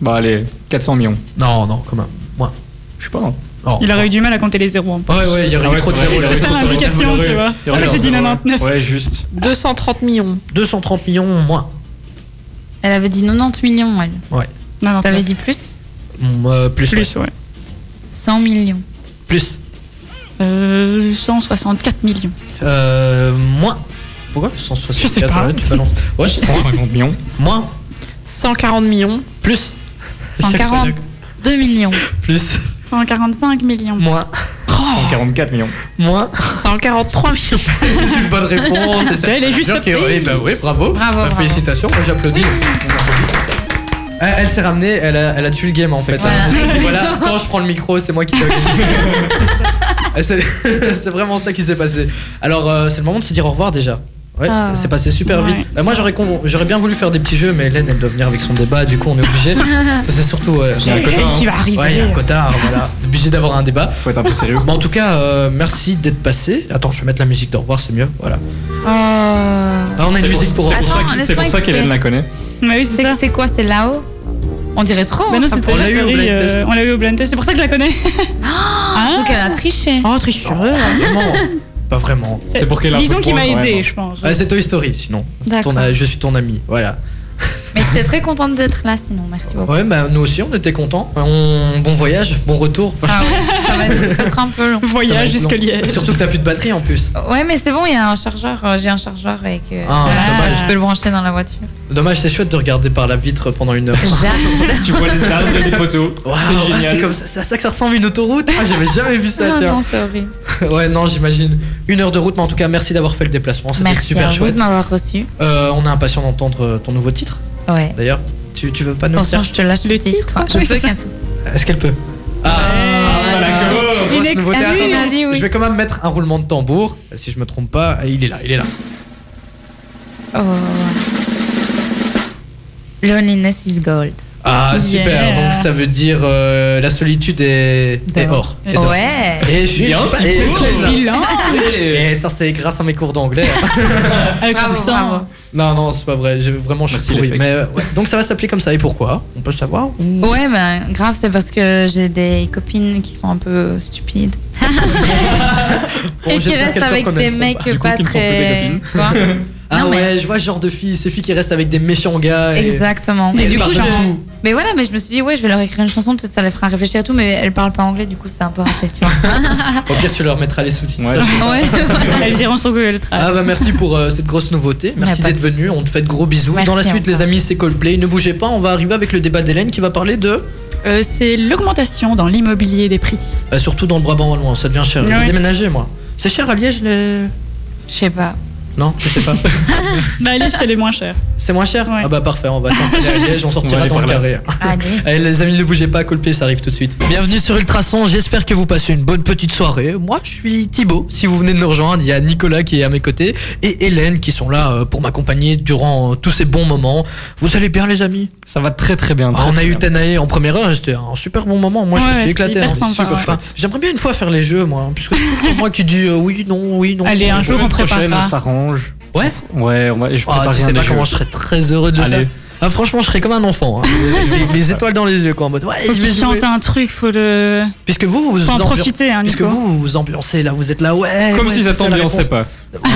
Bah, allez, 400 millions. Non, non, quand même. Moins. Je sais pas. hein. Oh. Il aurait eu du mal à compter les zéros. hein. Ouais, ouais, il y aurait Ah eu ouais, trop de c'est vrai, zéros. il là. aurait C'est ça trop de zéros. l'indication, Ouais, tu vois. il aurait Ah, trop j'ai de dit zéros. 99. Ouais, juste. 230 millions. 230 millions moins. Elle avait dit 90 millions, elle. Non, non, T'avais dit plus Mm, euh, plus. ouais. plus, ouais. 100 millions. Plus. Euh, 164 millions. Euh, moins. Pourquoi 164 Je sais pas. ouais, tu balances. Ouais, je sais. 150 millions. Moins. 140 millions. Plus. 140. 2 millions. Plus. 145 millions. Moins. 144 millions. Moins. 143 millions. C'est une bonne réponse. c'est ça. Elle est juste Genre que- prise. eh ben oui, bravo. Bravo, Bah, bravo. Félicitations, moi j'applaudis. Elle, elle s'est ramenée, elle a, elle a tué le game en fait. clair. Voilà, Voilà, quand je prends le micro, c'est moi qui gagne. Eh, c'est c'est vraiment ça qui s'est passé. Alors, euh, c'est le moment de se dire au revoir déjà. Ouais, Ah. c'est passé super Ouais. vite. Bah, moi, j'aurais con- j'aurais bien voulu faire des petits jeux, mais Hélène, elle doit venir avec son débat, du coup, on est obligé. Ça, c'est surtout. euh, ouais. Il y a un quota, hein. va arriver. Ouais, il y a un quota, hein, voilà. Obligé d'avoir un débat. Faut être un peu sérieux. Bon, en tout cas, euh, merci d'être passé. Attends, je vais mettre la musique d'au revoir, c'est mieux. Voilà. Euh, Ah, on a une C'est pour- musique pour. c'est pour ça Attends, que- C'est laisse-moi pour ça qu'Hélène écouter. la connaît. Mm. Mais oui, C'est c'est ça. que c'est quoi C'est là-haut On dirait trop. Bah hein, non, ça c'était on la l'a eu au série, blind euh, test. on l'a eu au blind test. C'est pour ça que je la connais. peut- Ah, hein. Donc elle a triché. Oh, tricheur. Vraiment, hein. Pas vraiment. C'est pour qu'elle a un peu Disons de qu'il points, m'a quand même, aidé, hein. je pense. Ah, c'est Toy Story, sinon. D'accord. Ton- je suis ton ami, voilà. Mais j'étais très contente d'être là, sinon, merci beaucoup. Ouais, bah nous aussi, on était contents. On... Bon voyage, bon retour. Ah ouais, ça va être, ça sera un peu long. Ça va Voyage être jusqu'à long. Liège. Surtout que t'as plus de batterie en plus. Ouais, mais c'est bon, il y a un chargeur. euh, J'ai un chargeur et que Ah, dommage. je peux le brancher dans la voiture. Dommage, c'est chouette de regarder par la vitre pendant une heure. J'adore. Tu vois les arbres et les poteaux. Waouh, c'est ah, génial. c'est comme ça, c'est à ça que ça ressemble une autoroute. Ah, j'avais jamais vu ça, Ah tiens. non, c'est horrible. Ouais, non, j'imagine. Une heure de route, mais en tout cas, merci d'avoir fait le déplacement. C'était Merci super à vous chouette. de m'avoir reçu. Euh, on est impatient d'entendre euh, ton nouveau titre, Ouais. d'ailleurs. Tu, tu veux pas nous le Attention, dire je te lâche le titre. titre, Je oui, peux c'est ça. qu'un tout. Est-ce qu'elle peut Ah, d'accord. Grosse Une nouveauté. excuse. Attends, On a dit ah oui. Je vais quand même mettre un roulement de tambour. Si je me trompe pas, il est là, il est là. Oh. Loneliness is gold. Ah super, Yeah. donc ça veut dire euh, la solitude est, est D'or. or. est d'or. Ouais. Et je suis Il y a un je suis pas- petit et- peu. Cléza. Bilan. Allez. Et ça c'est grâce à mes cours d'anglais. Avec Bravo, tout ça. bravo. non non c'est pas vrai, j'ai vraiment je suis Merci, pourri. les fakes. Mais euh, ouais. donc ça va s'appeler comme ça et pourquoi On peut savoir ou- Ouais, bah, grave, c'est parce que j'ai des copines qui sont un peu stupides. Bon, et qui Oh, j'espère restent qu'elles se avec des reconnaîtront mecs pas. Du coup, pas qui ne sont plus très. des copines. tu vois Ah Non, ouais, mais- je vois ce genre de filles, ces filles qui restent avec des méchants gars. et- Exactement. Et Mais du elles coup, partent je- partout. Mais voilà, mais je me suis dit, ouais, je vais leur écrire une chanson, peut-être ça les fera réfléchir et tout, mais elles parlent pas anglais, du coup, c'est un peu raté, tu vois. Au pire tu leur mettras les sous-titres. Ouais, je- Ah Ouais, tu vois. Elles iront sur Google Track. Ah bah merci pour euh, cette grosse nouveauté, merci pas de d'être venu, on te fait de gros bisous. Merci Dans la suite encore. les amis c'est Coldplay, ne bougez pas, on va arriver avec le débat d'Hélène qui va parler de... Euh, C'est l'augmentation dans l'immobilier des prix. Bah, surtout dans le Brabant wallon, ça devient cher. Je vais Ouais. déménager moi. C'est cher à Liège les... Je sais pas. Non, je sais pas. Bah, Liège, c'est les moins chers. C'est moins cher Ouais. Ah bah parfait, on va s'installer à Liège, on On va sortira aller dans le par là. carré. Allez. Allez les amis, ne bougez pas, Colpé, ça arrive tout de suite. Bienvenue sur Ultrason, j'espère que vous passez une bonne petite soirée. Moi, je suis Thibaut, si vous venez de nous rejoindre, il y a Nicolas qui est à mes côtés et Hélène qui sont là euh, pour m'accompagner durant euh, tous ces bons moments. Vous allez bien les amis Ça va très très bien. Ah, très, On a très eu bien. Tanae en première heure, et c'était un super bon moment, moi je Ouais, me suis c'était éclaté. hyper hein. sympa, Super ouais. chouette. J'aimerais bien une fois faire les jeux moi, hein, puisque c'est pour moi qui dis euh, oui, non, oui, non. Allez, non, un je- jour, on Prochaine, préparera. on s'arrange. Ouais Ouais, on va, et je Ah, prépare tu rien sais des pas jeux. comment je serais très heureux de le Allez. faire. Ah, franchement, je serais comme un enfant. hein. Les, les étoiles dans les yeux, quoi. En mode, ouais, Faut je vais qu'il jouer. chante un truc, faut le. Puisque vous, vous vous Faut en ambian- profiter, hein, Puisque Nico. vous, vous vous ambiancez là, vous êtes là, ouais. Comme ouais, si c'est ça la t'ambiançait réponse. pas. Oui,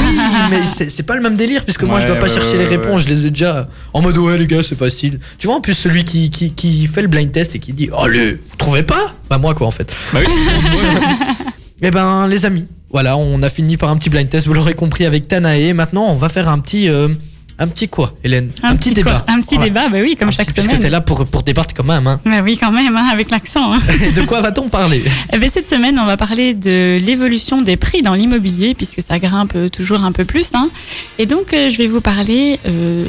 mais c'est c'est pas le même délire, puisque moi je dois Ouais, pas ouais, chercher ouais, les ouais, réponses, je les ai déjà en mode ouais, les gars, c'est facile. Tu vois, en plus, celui qui, qui, qui fait le blind test et qui dit, allez, vous trouvez pas Bah, moi quoi, en fait. Bah oui. Eh ben, les amis, voilà, on a fini par un petit blind test, vous l'aurez compris avec Tanae. Maintenant, on va faire un petit. euh, un petit quoi, Hélène quoi. débat. Un petit Voilà. débat, bah oui, comme Un chaque petit- Puisque t'es semaine. là pour, pour débattre quand même. Hein. Bah oui, quand même, hein, avec l'accent. hein. de quoi va-t-on parler Eh ben, cette semaine, on va parler de l'évolution des prix dans l'immobilier, puisque ça grimpe euh, toujours un peu plus. hein. Et donc, euh, je vais vous parler euh,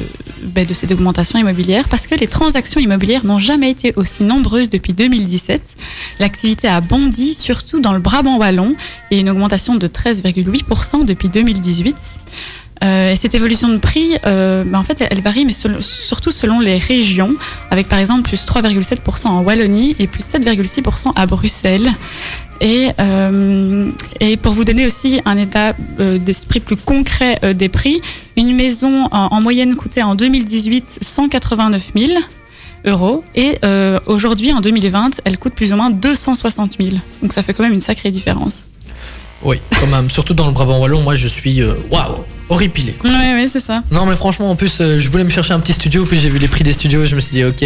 ben, de cette augmentation immobilière, parce que les transactions immobilières n'ont jamais été aussi nombreuses depuis 2017. L'activité a bondi, surtout dans le Brabant wallon, et une augmentation de 13,8% depuis 2018. Euh, et cette évolution de prix, euh, ben, en fait, elle varie, mais sel- surtout selon les régions, avec par exemple plus 3,7% en Wallonie et plus 7,6% à Bruxelles. Et, euh, et pour vous donner aussi un état euh, d'esprit plus concret euh, des prix, une maison en, en moyenne coûtait en 2018 189 000 euros et euh, aujourd'hui en 2020 elle coûte plus ou moins 260 000. Donc ça fait quand même une sacrée différence. Oui, quand même, surtout dans le Brabant Wallon, moi je suis. euh, Waouh, horripilé. Oui, oui, c'est ça. Non mais franchement en plus euh, je voulais me chercher un petit studio puis j'ai vu les prix des studios je me suis dit ok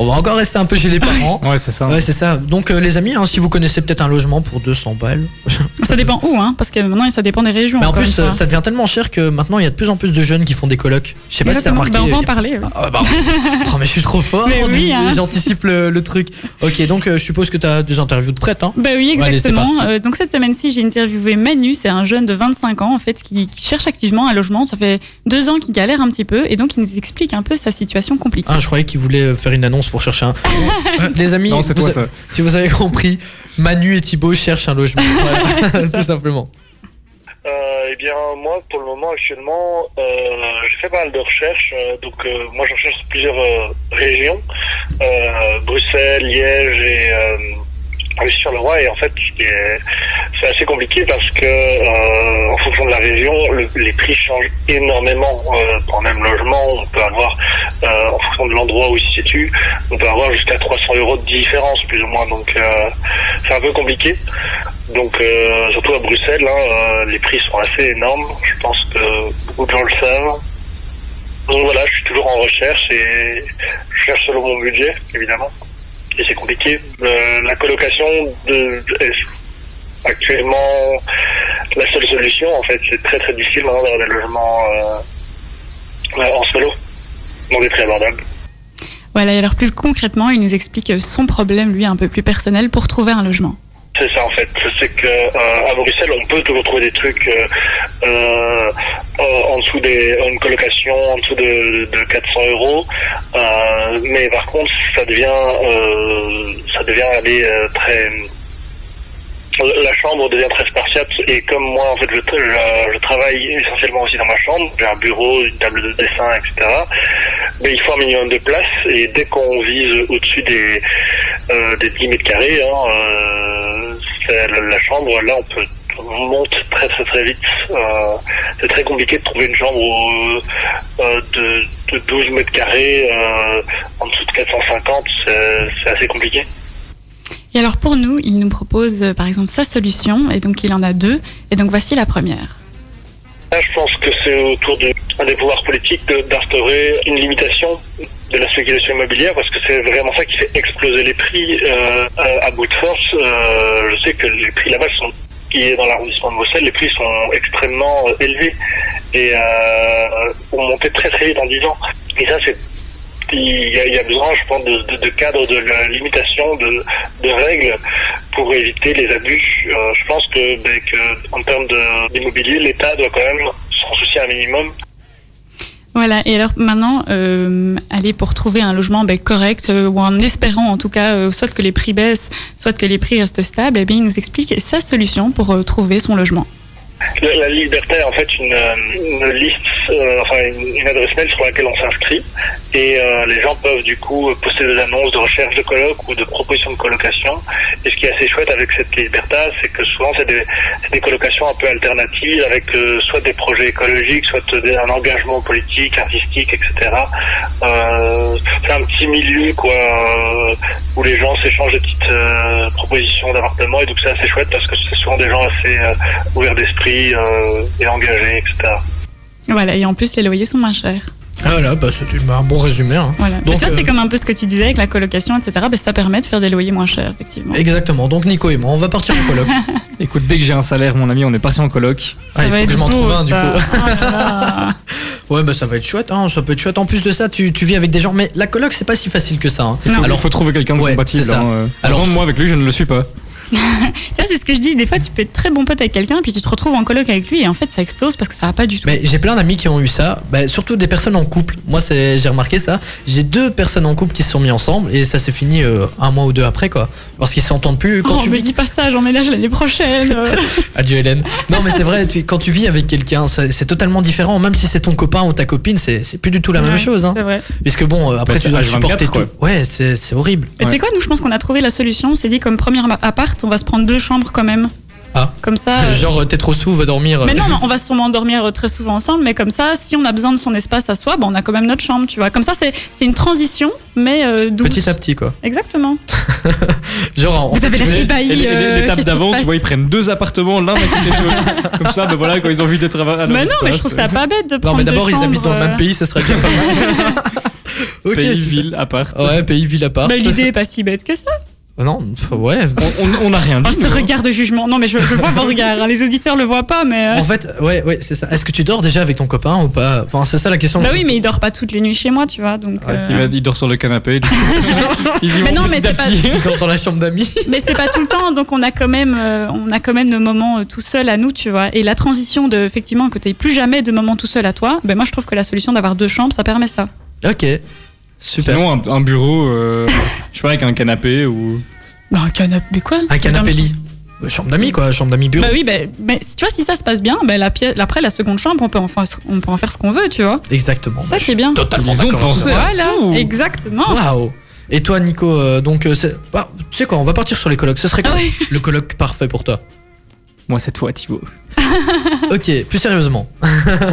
on va encore rester un peu chez les parents. Ouais, c'est ça. Ouais c'est ça. Donc euh, les amis hein, si vous connaissez peut-être un logement pour 200 balles. Ça dépend où, hein, parce que maintenant ça dépend des régions. Mais en encore une plus euh, fois. ça devient tellement cher que maintenant il y a de plus en plus de jeunes qui font des colocs. Je sais pas si t'as Exactement. remarqué. Ben, on va en parler. oui. Ah, bah, oh, mais je suis trop fort. Mais oui, hein. J'anticipe le, le truc. Ok donc euh, je suppose que t'as des interviews de prêtes hein. Bah oui, Bon, allez, c'est exactement. parti. Euh, donc cette semaine-ci, j'ai interviewé Manu, c'est un jeune de 25 ans en fait qui, qui cherche activement un logement. Ça fait deux ans qu'il galère un petit peu et donc il nous explique un peu sa situation compliquée. Ah, je croyais qu'il voulait faire une annonce pour chercher un. Euh, Les amis, Non, c'est vous toi, a- ça. si vous avez compris, Manu et Thibaut cherchent un logement. Voilà, tout simplement. Euh, eh bien, moi, pour le moment, actuellement, euh, je fais pas mal de recherches. euh, donc, euh, moi, je recherche plusieurs euh, régions. Euh, Bruxelles, Liège et... Euh, sur le roi et en fait c'est c'est assez compliqué parce que euh, en fonction de la région le- les prix changent énormément euh, pour un même logement on peut avoir euh, en fonction de l'endroit où il se situe on peut avoir jusqu'à 300 euros de différence plus ou moins donc euh, c'est un peu compliqué donc, euh, surtout à Bruxelles, hein, euh, les prix sont assez énormes. Je pense que beaucoup de gens le savent. Donc voilà, je suis toujours en recherche et je cherche selon mon budget, évidemment. Et c'est compliqué. Euh, la colocation de, est actuellement la seule solution, en fait. C'est très très difficile hein, d'avoir des logements euh, en solo, dans des prix abordables. Voilà, et alors plus concrètement, il nous explique euh, son problème, lui, un peu plus personnel pour trouver un logement. C'est ça en fait, c'est que euh, à Bruxelles on peut toujours trouver des trucs euh, euh, euh, en dessous des une colocation en dessous de, de 400 euros, Euh, mais par contre ça devient euh, ça devient aller euh, très la chambre devient très spartiate et comme moi en fait je, tra- je- je travaille essentiellement aussi dans ma chambre, j'ai un bureau, une table de dessin, etc. Mais il faut un minimum de place et dès qu'on vise au-dessus des, euh, des 10 mètres carrés, hein, euh, c'est la, la chambre, là on peut on monte très très très vite. Euh, c'est très compliqué de trouver une chambre au- euh, de, de 12 mètres carrés euh, en dessous de 450, c'est c'est assez compliqué. Et alors pour nous, il nous propose euh, par exemple sa solution et donc il en a deux. Et donc voici la première. Là, Ah, je pense que c'est autour de, des pouvoirs politiques de- d'instaurer une limitation de la spéculation immobilière parce que c'est vraiment ça qui fait exploser les prix euh, à, à bout de force. Euh, je sais que les prix là-bas sont qui est dans l'arrondissement de Bruxelles, les prix sont extrêmement euh, élevés et euh, ont monté très très vite en 10 ans. Et ça, c'est il y, a, il y a besoin, je pense, de, de, de cadres, de la limitation, de, de règles pour éviter les abus. Euh, je pense que, ben, que en termes de- d'immobilier, l'État doit quand même s'en soucier un minimum. Voilà, et alors maintenant, euh, aller pour trouver un logement ben, correct, euh, ou en espérant en tout cas, euh, soit que les prix baissent, soit que les prix restent stables, eh bien, il nous explique sa solution pour euh, trouver son logement. La, la liberté est en fait une, euh, une liste, euh, enfin une, une adresse mail sur laquelle on s'inscrit et euh, les gens peuvent du coup poster des annonces de recherche de coloc ou de propositions de colocation. Et ce qui est assez chouette avec cette liberté, c'est que souvent c'est des, c'est des colocations un peu alternatives avec euh, soit des projets écologiques, soit des- un engagement politique, artistique, etc. Euh, c'est un petit milieu quoi euh, où les gens s'échangent des petites euh, propositions d'appartements et donc c'est assez chouette parce que c'est souvent des gens assez euh, ouverts d'esprit euh, et engagés, etc. Voilà, et en plus, les loyers sont moins chers. Ah là, bah, c'est une- un bon résumé. hein. Voilà. Mais Donc, tu vois, c'est euh, comme un peu ce que tu disais avec la colocation, etc. Ben, ça permet de faire des loyers moins chers, effectivement. Exactement. Donc Nico et moi, on va partir en coloc. Écoute, dès que j'ai un salaire, mon ami, on est parti en coloc. Ça Ah, il faut que je m'en beau, trouve un, du ça. coup. Oh là là. ouais, bah ça va être chouette. Hein, ça peut être chouette. En plus de ça, tu, tu vis avec des gens. Mais la coloc, c'est pas si facile que ça. hein. Non. Alors, Alors, il faut trouver quelqu'un de Ouais, compatible. c'est ça. hein, euh. Alors- Alors, moi, avec lui, je ne le suis pas. Tu vois, c'est ce que je dis. Des fois, tu peux être très bon pote avec quelqu'un, puis tu te retrouves en coloc avec lui, et en fait, ça explose parce que ça va pas du tout. Mais j'ai plein d'amis qui ont eu ça, bah, surtout des personnes en couple. Moi, c'est, j'ai remarqué ça. J'ai deux personnes en couple qui se sont mis ensemble et ça s'est fini euh, un mois ou deux après, quoi. Parce qu'ils s'entendent plus. Quand oh, tu me vis... dis pas ça, j'emménage l'année prochaine. Adieu, Hélène. Non, mais c'est vrai, tu- quand tu vis avec quelqu'un, ça- c'est totalement différent. Même si c'est ton copain ou ta copine, c'est, c'est plus du tout la même Ouais, chose. Hein. C'est vrai. Puisque bon, euh, après, tu Bah, c'est dois H24, supporter quoi. tout. Ouais, c'est, c'est horrible. Mais Tu sais quoi, nous, je pense qu'on a trouvé la solution. On s'est dit, comme premier appart, on va se prendre deux chambres quand même. Ah. Comme ça. euh, Genre, euh, t'es trop sous, va dormir. euh. Mais non, on va sûrement dormir euh, très souvent ensemble, mais comme ça, si on a besoin de son espace à soi, ben, on a quand même notre chambre, tu vois. Comme ça, c'est c'est une transition, mais euh, douce. Petit à petit, quoi. Exactement. Genre, en Vous fait, avez tu la fais- vie Et baillie. les- euh, qu'est-ce qui les- L'étape se d'avant, tu passe vois, ils prennent deux appartements l'un à côté de l'autre. Comme ça, ben voilà, quand ils ont envie d'être à leur Mais non, mais je espace, trouve ça euh, pas bête de Non, prendre mais d'abord, deux ils chambres, habitent dans le même euh, pays, ça serait déjà pas mal. ok, euh, Pays, super. ville, appart. Ouais, pays, ville, appart. Euh, bah, L'idée est pas si bête que ça. Non, pff, ouais. On- On on n'a rien dit. Oh, ce nous, hein. regard de jugement. Non, mais je, je vois vos regards. hein. Les auditeurs le voient pas, mais. euh, En fait, ouais, ouais, c'est ça. Est-ce que tu dors déjà avec ton copain ou pas Enfin, c'est ça la question. Bah oui, mais il dort pas toutes les nuits chez moi, tu vois. Donc. Ouais, euh, Il, va- il dort sur le canapé. du coup. Ils y Mais non, vont mais petit à c'est pas- petit. Il dort dans la chambre d'amis. Mais c'est pas tout le temps, donc on a quand même, euh, on a quand même nos moments euh, tout seul à nous, tu vois. Et la transition de, effectivement, que t'aies plus jamais de moments tout seul à toi, ben moi je trouve que la solution d'avoir deux chambres, ça permet ça. Ok. Super. Sinon, un, un bureau, euh, je sais pas, avec un canapé ou. Bah, un canapé, mais quoi un canapé lit. Bah, Chambre d'amis quoi, chambre d'amis bureau. Bah oui, ben, mais tu vois, si ça se passe bien, ben la pièce, après la seconde chambre, on peut, enfin, on peut en faire ce qu'on veut, tu vois. Exactement. Ça, Bah, je c'est suis bien. Totalement Ils ont d'accord. pensé à Voilà, tout. exactement. Waouh. Et toi Nico, euh, donc euh, c'est- bah, tu sais quoi, on va partir sur les colocs. Ce serait quoi Ah ouais. le coloc parfait pour toi Moi, c'est toi, Thibaut. Ok, plus sérieusement.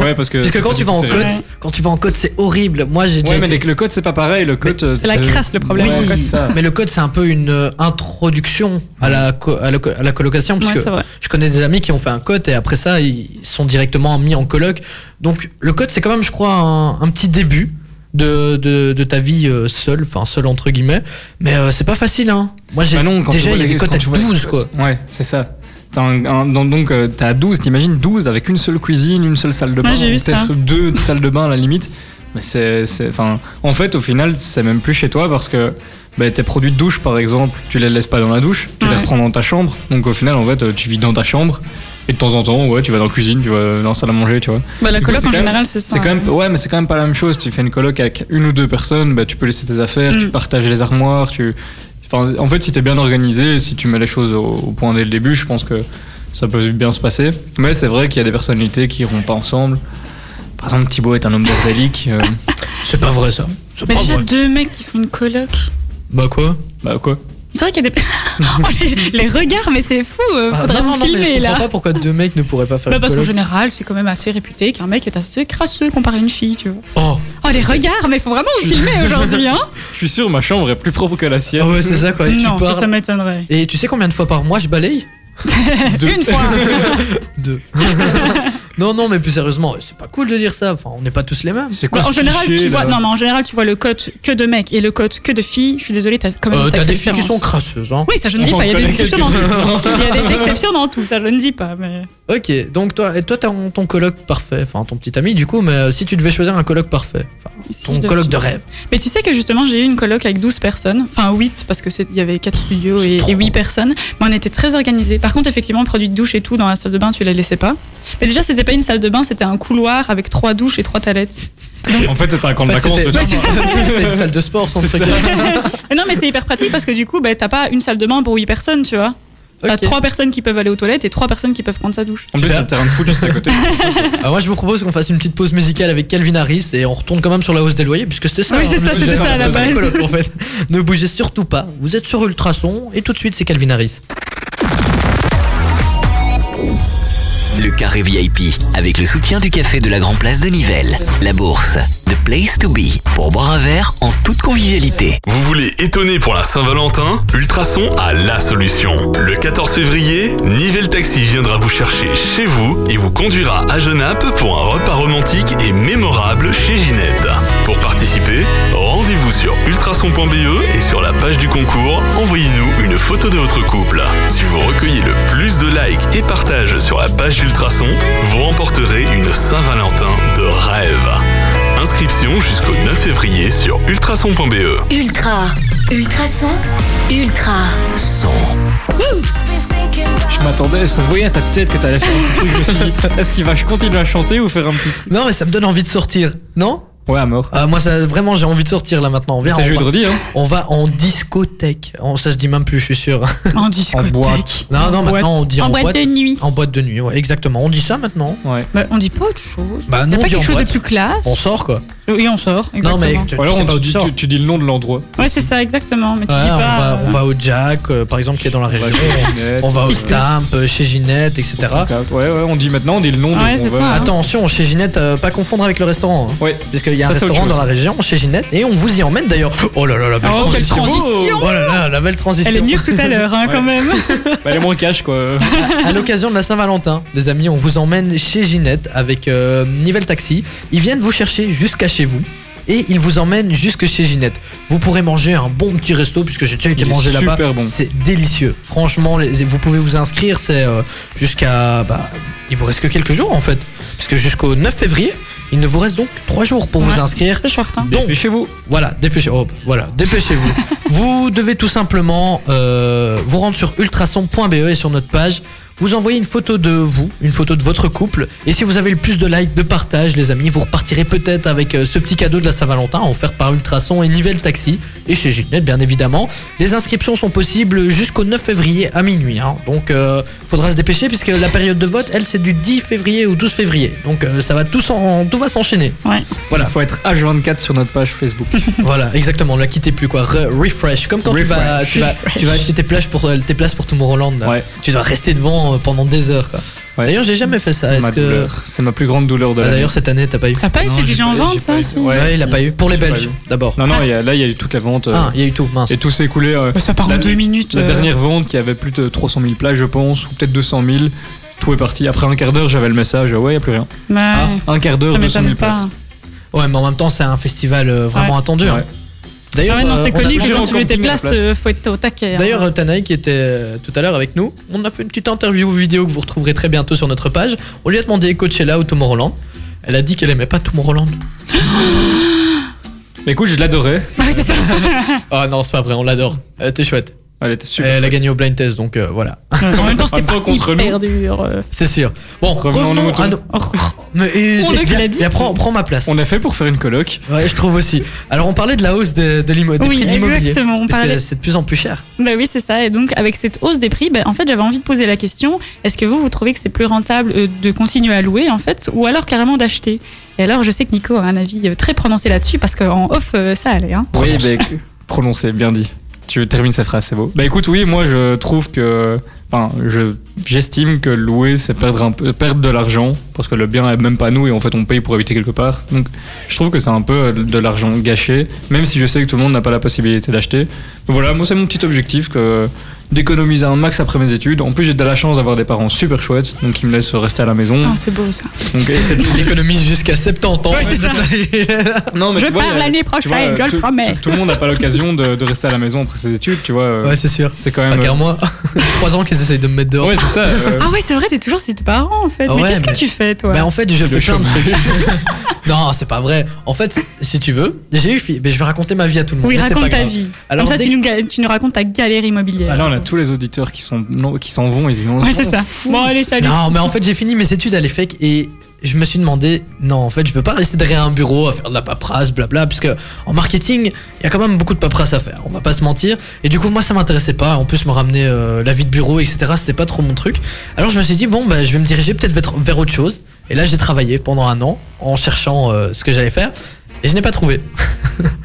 Ouais, parce que. Parce que quand tu vas en c'est- côte, Ouais. quand tu vas en côte, c'est horrible. Moi j'ai déjà Ouais, mais été- les- le code, c'est pas pareil. Le code. euh, C'est la crasse le problème. Oui, Ouais, c'est ça. mais le code c'est un peu une euh, introduction à la, co- à la, co- à la colocation parce Ouais, que c'est vrai. je connais des amis qui ont fait un code et après ça ils sont directement mis en coloc. Donc le code c'est quand même je crois un, un petit début de, de, de ta vie euh, seule, enfin seule entre guillemets, mais euh, c'est pas facile hein. Moi j'ai Bah non, quand tu déjà vois il y a les- des codes quand à tu vois les 12 codes. quoi. Ouais, c'est ça. T'as un- un- donc donc, euh, t'as 12, t'imagines 12 avec une seule cuisine, une seule salle de Ouais, bain, j'ai vu ça. peut-être deux salles de bain à la limite. Mais c'est, c'est- enfin, en fait, au final, c'est même plus chez toi parce que bah, tes produits de douche, par exemple, tu les laisses pas dans la douche, tu les Ouais. reprends dans ta chambre. Donc au final, en fait, euh, tu vis dans ta chambre. Et de temps en temps, ouais, tu vas dans la cuisine, tu vas dans la salle à manger, tu vois. Bah, la Du coup, coloc c'est en quand même- général, c'est ça. C'est quand même, ouais, mais c'est quand même pas la même chose. Tu fais une coloc avec une ou deux personnes, bah, tu peux laisser tes affaires, tu Mm. partages les armoires, tu. Enfin, en fait, si t'es bien organisé, si tu mets les choses au, au point dès le début, je pense que ça peut bien se passer. Mais c'est vrai qu'il y a des personnalités qui iront pas ensemble. Par exemple, Thibaut est un homme bordélique. euh, C'est pas vrai ça. C'est Mais pas déjà vrai. deux mecs qui font une coloc. Bah quoi bah quoi C'est vrai qu'il y a des. Oh, les, les regards, mais c'est fou. euh, Ah, Faudrait non, vous non, non, mais filmer je là. comprends pas pourquoi deux mecs ne pourraient pas faire Bah une parce qu'en coloc. général, c'est quand même assez réputé qu'un mec est assez crasseux comparé à une fille, tu vois. Oh, Oh les regards, mais faut vraiment vous filmer aujourd'hui, hein Je suis sûr, ma chambre est plus propre que la sienne. Ah ouais, c'est ça quoi. Et tu Non, ça, parles. ça m'étonnerait. Et tu sais combien de fois par mois je balaye Deux. Une fois. Deux. non, non, mais plus sérieusement, c'est pas cool de dire ça. Enfin, on n'est pas tous les mêmes. C'est quoi Bah, ce en général, cliché, tu vois, euh. là non, mais en général, tu vois le code que de mecs et le code que de filles. Je suis désolée, t'as quand même. Euh, une T'as sacrée des filles qui différence. sont crasseuses, hein. Oui, ça je ne On dis pas. Il y a des connaît exceptions dans tout. Il quelques-unes. y a des exceptions dans tout, ça je ne dis pas. Mais Ok, donc toi, et toi, t'as ton- ton coloc parfait, enfin ton petit ami du coup, mais euh, si tu devais choisir un coloc parfait, enfin, ici, ton coloc de rêve. Mais tu sais que justement, j'ai eu une coloc avec 12 personnes, enfin 8, parce qu'il y avait 4 studios et, trop. 8 personnes. Mais on était très organisés. Par contre, effectivement, produit de douche et tout, dans la salle de bain, tu les laissais pas. Mais déjà, c'était pas une salle de bain, c'était un couloir avec 3 douches et 3 toilettes. En fait, c'était un camp de En fait, vacances. c'était le truc. c'était une salle de sport, son C'est truc. ça. Mais non, mais c'est hyper pratique parce que du coup, bah, t'as pas une salle de bain pour 8 personnes, tu vois. T'as Ok. trois personnes qui peuvent aller aux toilettes et trois personnes qui peuvent prendre sa douche. En plus, Super. il y a le terrain de foot juste à côté. Euh, moi, je vous propose qu'on fasse une petite pause musicale avec Calvin Harris et on retourne quand même sur la hausse des loyers puisque c'était ça. hein, Oui, c'est le ça, sujet. c'était ça à la Parce que base. coloc, en fait. Ne bougez surtout pas. Vous êtes sur Ultrason et tout de suite, c'est Calvin Harris. Le carré VIP avec le soutien du café de la Grand Place de Nivelles, la bourse, The Place to Be pour boire un verre en toute convivialité. Vous voulez étonner pour la Saint-Valentin Ultrason a la solution. Le 14 février, Nivelle Taxi viendra vous chercher chez vous et vous conduira à Genappe pour un repas romantique et mémorable chez Ginette. Pour participer, rendez-vous sur ultrason.be E et sur la page du concours, envoyez-nous une photo de votre couple. Si vous recueillez le plus de likes et partages sur la page Ultrason, vous remporterez une Saint-Valentin de rêve. Inscription jusqu'au 9 février sur ultrason.be. Ultra. Ultrason. Ultra. Son. Je m'attendais, ça se voyait à ta tête que t'allais faire un petit truc. Je me suis dit, est-ce qu'il va continuer à chanter ou faire un petit truc Non, mais ça me donne envie de sortir. Non Ouais, à mort. Ah, Moi, ça, vraiment, j'ai envie de sortir là maintenant. On vient. C'est on va- jeudi, hein On va en discothèque. On- ça se dit même plus, je suis sûr. En discothèque. boîte. Non, non, maintenant on dit en, en boîte, de nuit. En boîte de nuit, ouais, exactement. On dit ça maintenant. Ouais. Bah, on dit pas autre chose. Bah Y a non, on pas dit en quelque chose boîte. de plus classe. On sort quoi. Oui, on sort. Exactement. Non, mais tu, Ou alors, tu sais pas on où te dit- tu sors. tu, tu dis le nom de l'endroit. Ouais, c'est ça, exactement. Mais tu Ouais, dis on, pas. va, on va au Jack, euh, par exemple, qui est dans la On va région. chez Ginette, On va au Tic-tac. Stamp, euh, chez Ginette, etc. Tic-tac. Ouais, ouais, on dit maintenant, on dit le nom de Ah Ouais, on c'est va- ça. Attention, chez Ginette, euh, pas confondre avec le restaurant. hein. Ouais. Parce qu'il y a un Ça, c'est autre restaurant chose. dans la région, chez Ginette, et on vous y emmène d'ailleurs. Oh là là, la belle Oh, quelle transition. transition Oh là là, la belle transition. Elle est mieux que tout à l'heure, hein, quand même. Bah, les moins cash, quoi. À l'occasion de la Saint-Valentin, les amis, on vous emmène chez Ginette avec euh, Nivelle Taxi. Ils viennent vous chercher jusqu'à chez vous. Et ils vous emmènent jusque chez Ginette. Vous pourrez manger un bon petit resto puisque j'ai déjà été Il est manger là-bas. super bon. C'est délicieux. Franchement, les- vous pouvez vous inscrire. C'est euh, jusqu'à. Bah, il vous reste que quelques jours en fait. Puisque jusqu'au 9 février, il ne vous reste donc 3 jours pour Ouais. vous inscrire. C'est short, hein. Donc, chez vous. voilà, dépêchez, oh, voilà, dépêchez-vous. vous devez tout simplement euh, vous rendre sur ultrason.be E et sur notre page. Vous envoyez une photo de vous, une photo de votre couple. Et si vous avez le plus de likes, de partages, les amis, vous repartirez peut-être avec euh, ce petit cadeau de la Saint-Valentin offert par Ultrason et Nivelle Taxi. Et chez Ginette, bien évidemment. Les inscriptions sont possibles jusqu'au 9 février à minuit. hein. Donc, euh, faudra se dépêcher puisque la période de vote, elle, c'est du 10 février au 12 février. Donc, euh, ça va tout, s'en- tout va s'enchaîner. Ouais. Voilà. Il faut être H24 sur notre page Facebook. Voilà, exactement, on la quittez plus quoi. Re- refresh. Comme quand tu vas, tu vas, tu vas acheter tes plages pour euh, tes places pour Tomorrowland. là. Ouais. Tu dois rester devant euh, pendant des heures quoi. Ouais. D'ailleurs, j'ai jamais fait ça. Est-ce Ma que douleur. C'est ma plus grande douleur de Ah, la D'ailleurs, cette année, t'as pas eu. T'as pas été déjà en vente, ça si Ah. Ouais, il a pas eu. Pour les J'ai pas Belges, eu. d'abord. Non, non, il y a- là, il y a eu toute la vente. euh, Ah, il y a eu tout. Mince. Et tout s'est écoulé. euh, Bah, Ça part en La- deux minutes. La euh. dernière vente qui avait plus de 300 000 plages, je pense, ou peut-être 200 000. Tout est parti. Après un quart d'heure, j'avais le message. Ouais, y a plus rien. Ouais. Ah. Un quart d'heure, Ça 200 000 m'étonne places. pas. Ouais, mais en même temps, c'est un festival euh, vraiment Ouais. attendu. hein. Ouais. D'ailleurs, Ah ouais, non, euh, c'est on a- connu on que a quand tu veux encore tes mis la places, place. euh, faut être au taquet. hein. D'ailleurs, euh, Tanaï qui était euh, tout à l'heure avec nous, on a fait une petite interview vidéo que vous retrouverez très bientôt sur notre page. On lui a demandé Coachella ou Tomorrowland. Elle a dit qu'elle aimait pas Tomorrowland. Mais Bah, écoute, je l'adorais. Ouais, c'est ça. Ah non, c'est pas vrai, on l'adore. Euh, T'es chouette. Elle était super. elle a chouette. gagné au blind test, donc euh, voilà. En même temps, c'était Un peu pas contre nous. hyper dur. euh. C'est sûr. Bon, Revenons-nous revenons au à tour. nos- Mais, et, On a et- qu'il a et- dit. et prends, prends ma place. On a fait pour faire une coloc. Ouais, je trouve aussi. Alors, on parlait de la hausse de, de l'immo- des Oui, prix de l'immobilier. exactement. On Parce que parlait. c'est de plus en plus cher. Bah oui, c'est ça. Et donc, avec cette hausse des prix, bah, en fait, j'avais envie de poser la question est-ce que vous, vous trouvez que c'est plus rentable euh, de continuer à louer, en fait, ou alors carrément d'acheter Et alors, je sais que Nico a un avis euh, très prononcé là-dessus, parce qu'en off, euh, ça allait. Hein. Oui, Prononce. bah, prononcé, bien dit. Tu termines sa phrase, c'est beau. Bah écoute, oui, moi je trouve que. Enfin, je- j'estime que louer, c'est perdre, un peu, perdre de l'argent, parce que le bien est même pas nous et en fait on paye pour habiter quelque part. Donc je trouve que c'est un peu euh, de l'argent gâché, même si je sais que tout le monde n'a pas la possibilité d'acheter. Voilà, moi c'est mon petit objectif que d'économiser un max après mes études. En plus, j'ai de la chance d'avoir des parents super chouettes, donc ils me laissent rester à la maison. Ah, c'est beau ça. Donc, et c'est- Ils économisent jusqu'à hein. 70 ans. Ouais, c'est ça. non, mais Je tu vois, pars il y a- l'année tu vois, prochaine, je le tout- promets. tout- Tout le monde n'a pas l'occasion de, de rester à la maison après ses études, tu vois. euh, ouais, c'est sûr. c'est quand même. Regarde moi, 3 ans qu'ils essayent de me mettre dehors. Ouais, c'est ça. euh, Ah ouais, c'est vrai, t'es toujours chez tes parents, en fait. Ah Ouais, mais qu'est-ce mais- que tu fais, toi Bah, en fait, je fais plein de chômage. trucs. non, c'est pas vrai. En fait, si tu veux, j'ai eu fi- mais je vais raconter ma vie à tout le monde. Oui, mais c'est pas raconte ta grave. vie. Alors, Comme ça, dès tu que- nous, ga- tu nous racontes ta galère immobilière. Ah là, on a tous les auditeurs qui sont non, qui s'en vont, ils disent non. Ouais, c'est ça. Bon, allez, salut. Non, mais en fait, j'ai fini mes études à l'EFEC et je me suis demandé, non, en fait, je veux pas rester derrière un bureau à faire de la paperasse, blabla, parce que en marketing, il y a quand même beaucoup de paperasse à faire, on va pas se mentir. Et du coup, moi, ça m'intéressait pas. En plus, me ramener euh, la vie de bureau, etc., c'était pas trop mon truc. Alors, je me suis dit, bon, bah, je vais me diriger peut-être vers- vers autre chose. Et là, j'ai travaillé pendant un an en cherchant euh, ce que j'allais faire. Et je n'ai pas trouvé.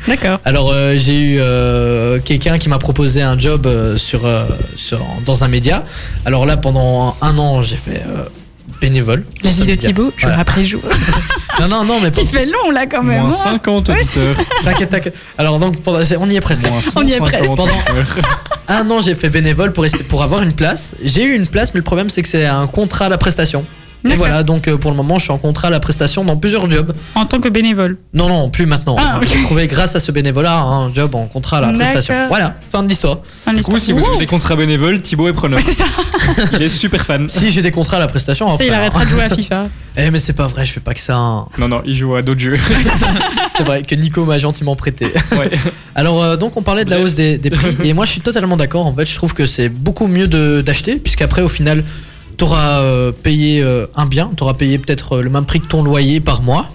D'accord. Alors euh, j'ai eu euh, quelqu'un qui m'a proposé un job euh, sur, euh, sur- dans un média. Alors là pendant un an j'ai fait euh, bénévole. La Ça vie de veut dire- Thibaut, jour Voilà. après jour. Non non non mais pas- tu fais long là quand même. Moins hein. 50 auditeurs. t'inquiète t'inquiète. Alors donc pendant- c'est- on y est presque. moins On y est 150 presque. auditeurs. Un an j'ai fait bénévole pour rester pour avoir une place. J'ai eu une place mais le problème c'est que c'est un contrat à la prestation. Et D'accord. voilà donc euh, pour le moment je suis en contrat à la prestation dans plusieurs jobs. En tant que bénévole. Non, non, plus maintenant. Ah, J'ai ok. trouvé grâce à ce bénévolat hein, un job en contrat à la prestation. D'accord. Voilà, fin de l'histoire. En Du coup, si vous avez des contrats bénévoles, Thibaut est preneur. c'est ça. Il est super fan. Si j'ai des contrats à la prestation, Ça, après, il hein. arrêtera de jouer à FIFA. Eh mais c'est pas vrai, je fais pas que ça. hein. Non, non, il joue à d'autres jeux. C'est vrai que Nico m'a gentiment prêté. Ouais. Alors euh, donc on parlait de la hausse des, des prix et moi je suis totalement d'accord. En fait, je trouve que c'est beaucoup mieux de- d'acheter puisqu'après au final t'auras euh, payé euh, un bien, t'auras payé peut-être euh, le même prix que ton loyer par mois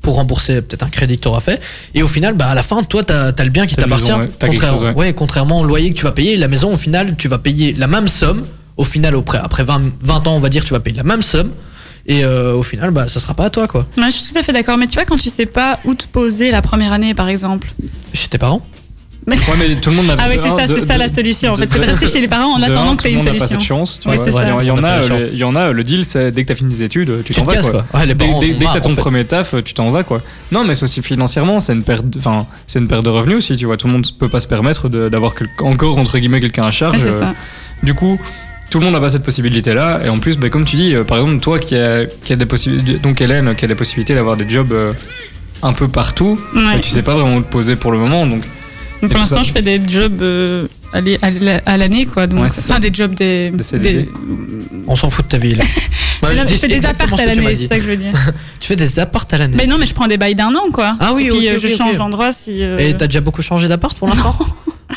pour rembourser peut-être un crédit que t'auras fait et au final bah à la fin toi t'as as le bien qui T'as une t'appartient. maison, ouais. T'as quelque chose, ouais, contrairement au loyer que tu vas payer, la maison au final tu vas payer la même somme. Au final après après 20, 20 ans on va dire tu vas payer la même somme et euh, au final bah ça sera pas à toi quoi. Non, je suis tout à fait d'accord. Mais tu vois, quand tu sais pas où te poser la première année, par exemple. Chez tes parents. Ouais, mais tout le monde n'a Ah oui, de c'est un, ça, de- c'est ça de- la solution. En de- fait, c'est de rester chez les parents en de un, attendant que tu tout aies le une monde n'a pas solution. cette chance. tu Ouais, vois. c'est ça. Il y en- il y, On en n'a a, pas la euh, chance. les- il y en a, euh, le deal, c'est dès que t'as fini les études, tu Tu t'en te vas. casses quoi. quoi. Ouais, les Dès, parents dès- en ont dès que marre, t'as ton en fait. premier taf, euh, tu t'en vas quoi. Non, mais c'est aussi financièrement, c'est une perte. Enfin, c'est une perte de revenus aussi. Tu vois, tout le monde peut pas se permettre de- d'avoir quel- encore entre guillemets quelqu'un à Ouais, charge. c'est euh, ça. Du coup, tout le monde n'a pas cette possibilité-là. Et en plus, bah, comme tu dis, euh, par exemple, toi qui a, qui a des possibilités, donc Hélène, euh, qui a des possibilités d'avoir des jobs euh, un peu partout, Ouais. bah, tu sais pas vraiment où te poser pour le moment. Donc, Donc, tout pour l'instant, ça. je fais des jobs euh, à l'é- à l'é- à l'année, quoi. Donc, Ouais, c'est enfin, ça. des jobs des. Des CDD. des- On s'en fout de ta vie là. Moi, Non, mais je Bah, Ah, dis fais des exactement apparts ce à que tu m'as l'année, dit. c'est ça que je veux dire. Tu fais des apparts à l'année. Mais non, mais je prends des bails d'un an, quoi. Ah oui, Et puis ok, euh, ok, je ok. change d'endroit si. euh, Et t'as déjà beaucoup changé d'appart pour l'instant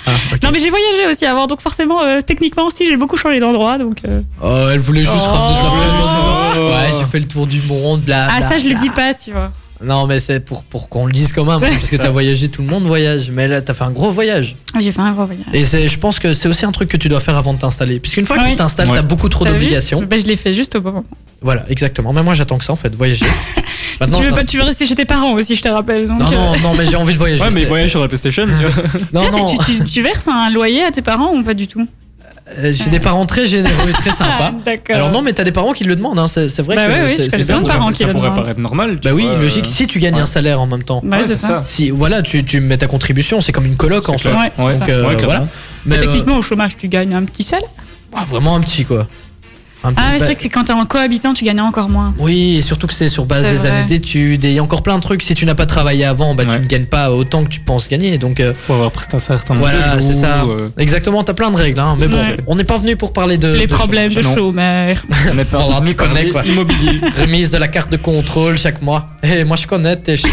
Ah, ok. Non, mais j'ai voyagé aussi avant, donc forcément, euh, techniquement aussi, j'ai beaucoup changé d'endroit. Donc. euh, Oh, elle voulait juste Oh. ramener sa flèche en disant, Oh. Ouais, j'ai fait le tour du monde, bla. Ah, bla, ça, je le bla. dis pas, tu vois. Non, mais c'est pour, pour qu'on le dise quand même. parce que ça. t'as voyagé, tout le monde voyage. Mais là, t'as fait un gros voyage. J'ai fait un gros voyage. Et c'est- je pense que c'est aussi un truc que tu dois faire avant de t'installer. Puisqu'une fois que Oui. tu t'installes, Ouais. t'as beaucoup trop T'as vu d'obligations. Ben, je l'ai fait juste au bon moment. Voilà, exactement. Mais moi, j'attends que ça en fait, voyager. Maintenant, tu, veux je- pas, tu veux rester chez tes parents aussi, je te rappelle. Donc, Ah, Non, euh, non, non, mais j'ai envie de voyager. ouais, mais c'est- voyage sur la PlayStation, tu vois. Non, Tiens, non. Tu, tu- tu verses un loyer à tes parents ou pas du tout Euh, J'ai des parents très généreux et très sympas. Ah, D'accord. Alors non, mais t'as des parents qui le demandent, hein. c'est c'est vrai Bah que ouais, oui, c'est- je c'est connais bien. plein de Ça parents pourrait- qui ça le pourrait demandent. paraître normal. tu Bah oui, vois, euh, logique, si tu gagnes ouais. un salaire en même temps. Ouais, ouais, Bah, c'est ça. Si, voilà, tu, tu mets ta contribution, c'est comme une coloc en C'est soi. clair. Ouais, c'est ça. Donc euh, Ouais, clairement. voilà. Mais Mais euh, techniquement, au chômage, tu gagnes un petit salaire. bah, vraiment un petit quoi. Un petit Ah, ouais, c'est ba- vrai que c'est quand t'es en cohabitant, tu gagnes encore moins. Oui, et surtout que c'est sur base C'est des vrai. années d'études et il y a encore plein de trucs. Si tu n'as pas travaillé avant, bah Ouais. tu ne gagnes pas autant que tu penses gagner. Donc euh, Pour avoir presté un certain nombre de voilà, c'est jours, ça. euh, Exactement, t'as plein de règles. Hein. Mais bon, Ouais. on n'est pas venu pour parler de. Les Euh, de problèmes de non. chômage. on n'est pas Voilà, revenu tu connais, parler quoi. Immobilier. remise de la carte de contrôle chaque mois. Et moi je connais, t'es- je-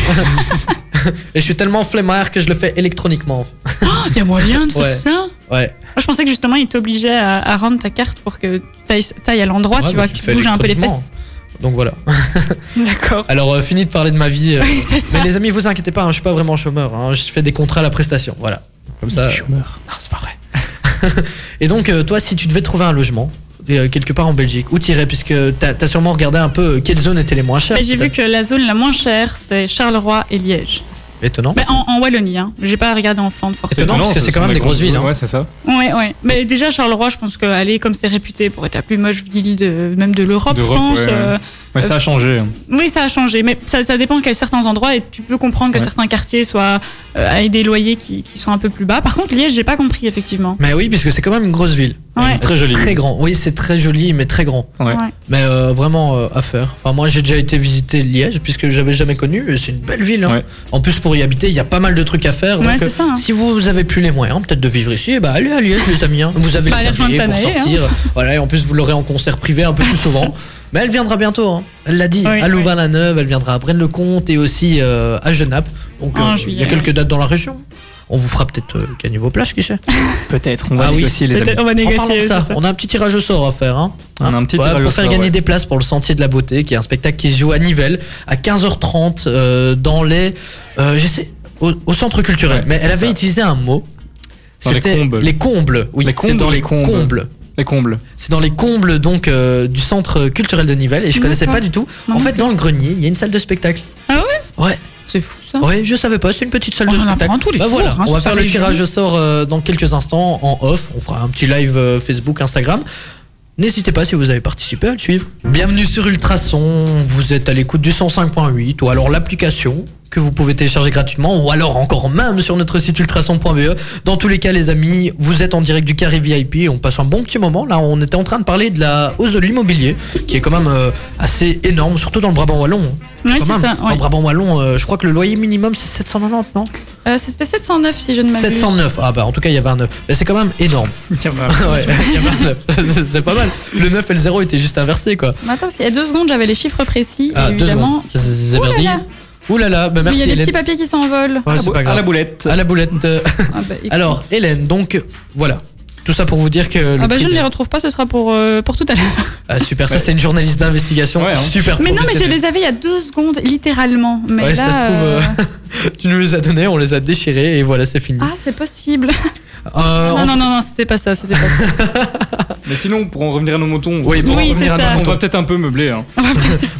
et je suis tellement flemmard que je le fais électroniquement. Il y a moyen de faire Ouais. ça Ouais. Moi, je pensais que justement, ils t'obligeaient à, à rendre ta carte pour que t'ailles t'ailles à l'endroit, Ouais, tu vois, bah, que tu tu le fais bouges un peu les électroniquement. fesses. Donc voilà. D'accord. Alors euh, fini de parler de ma vie. euh, Oui, c'est ça. mais les amis, vous inquiétez pas, hein, je suis pas vraiment chômeur. hein, je fais des contrats à la prestation. Voilà. Comme ça. euh, Chômeur. Non, c'est pas vrai. Et donc euh, toi, si tu devais trouver un logement euh, quelque part en Belgique, où t'irais Puisque t'as as sûrement regardé un peu euh, quelles zones étaient les moins chères. Mais J'ai vu peut-être. que la zone la moins chère, c'est Charleroi et Liège. Étonnant. Mais en, en Wallonie, hein. J'ai pas regardé en Flandre, forcément. Étonnant, parce que c'est ce quand sont même des grosses villes, hein. Ouais, c'est ça. Ouais, ouais. Mais déjà, Charleroi, je pense qu'elle est, comme c'est réputé, pour être la plus moche ville de, même de l'Europe, je D'Europe, pense. ouais, ouais. euh, Ouais, ça a changé. hein. oui, ça a changé. Mais ça, ça dépend qu'à certains endroits, et tu peux comprendre que Ouais. certains quartiers soient, euh, aient des loyers qui, qui sont un peu plus bas. Par contre, Liège, j'ai pas compris, effectivement. Mais oui, puisque c'est quand même une grosse ville. Hein. Ouais. Très jolie. Très ville. grand. Oui, c'est très joli, mais très grand. Ouais. Ouais. Mais euh, vraiment euh, à faire. Enfin, moi j'ai déjà été visiter Liège puisque j'avais jamais connu. et C'est une belle ville. hein. Ouais. En plus pour y habiter, il y a pas mal de trucs à faire. Ouais, donc, c'est euh, ça, hein. Si vous avez plus les moyens peut-être de vivre ici, eh bah allez à Liège les amis. hein. Vous avez Bah, les allez rejoindre salariés pour Tanae, sortir. Voilà et en plus vous l'aurez en concert privé un peu plus souvent. Mais elle viendra bientôt. hein. Elle l'a dit. Oui, à Louvain-la-Neuve, elle viendra à Braine-le-Comte et aussi euh, à Genappe. Donc En euh, il y juillet. a quelques dates dans la région. On on vous fera peut-être euh, gagner vos places, qui sait Peut-être, on va Ah oui, négocier les amis. Peut-être- On va En parlant de négocier. ça, c'est ça. on a un petit tirage au sort à faire. Hein On a un petit tirage pour au faire sort, gagner ouais. des places pour le Sentier de la Beauté, qui est un spectacle qui se joue à Nivelles à 15h30 euh, dans les. euh, j'essaie- au, au centre culturel. Ouais, Mais c'est elle avait ça. utilisé un mot. Dans les C'était combles. Les combles, oui. Les c'est combles dans ou les les combles combles. Les combles. C'est dans les combles donc euh, du centre culturel de Nivelles et je connaissais D'accord. pas du tout. Non, en non fait, dans le grenier, il y a une salle de spectacle. Ah Ouais. C'est fou ça. Ouais, je savais pas, c'était une petite salle On de en spectacle. apprend tous les bah jours, voilà, hein, on va sur faire sa le région. tirage au sort euh, dans quelques instants en off. On fera un petit live euh, Facebook, Instagram. N'hésitez pas si vous avez participé à le suivre. Bienvenue sur Ultrason, vous êtes à l'écoute du 105.8 ou alors l'application que vous pouvez télécharger gratuitement ou alors encore même sur notre site ultrason.be. Dans tous les cas les amis, vous êtes en direct du carré VIP, on passe un bon petit moment. Là on était en train de parler de la hausse de l'immobilier qui est quand même euh, assez énorme, surtout dans le Brabant Wallon. hein. Oui, Quand c'est même, ça. ouais. En Brabant Wallon, euh, je crois que le loyer minimum c'est 790, non Euh, C'était 709 si je ne m'abuse. 709. Ah bah en tout cas il y avait un 9. Mais c'est quand même énorme. bah. Ouais, il y avait un 9. C'est- c'est pas mal. Le 9 et le 0 étaient juste inversés quoi. Mais Attends, parce qu'il y a deux secondes, j'avais les chiffres précis. Ah, deux évidemment. secondes. C'est Ouh là merdi. là. Ouh là là, bah Oui, merci il y a des Hélène. petits papiers qui s'envolent. Ouais, c'est pas à la grave. boulette. À la boulette. euh. Ah bah, écoute. Alors Hélène, donc voilà. Tout ça pour vous dire que le Ah bah, prix je ne des- les retrouve pas, ce sera pour, euh, pour tout à l'heure. Ah, super, ça c'est une journaliste d'investigation Ouais, hein. super Mais non, mais je professionnelle. les avais il y a deux secondes, littéralement. Mais Ouais, là, ça se trouve, euh, Tu nous les as donnés, on les a déchirés et voilà, c'est fini. Ah, c'est possible. Euh, en- non, non, non, non, c'était pas ça. C'était pas ça. Mais sinon, pour en revenir à nos moutons, Oui, pour en Oui, revenir Ah, c'est à ça. nos on moutons. va peut-être un peu meubler. hein.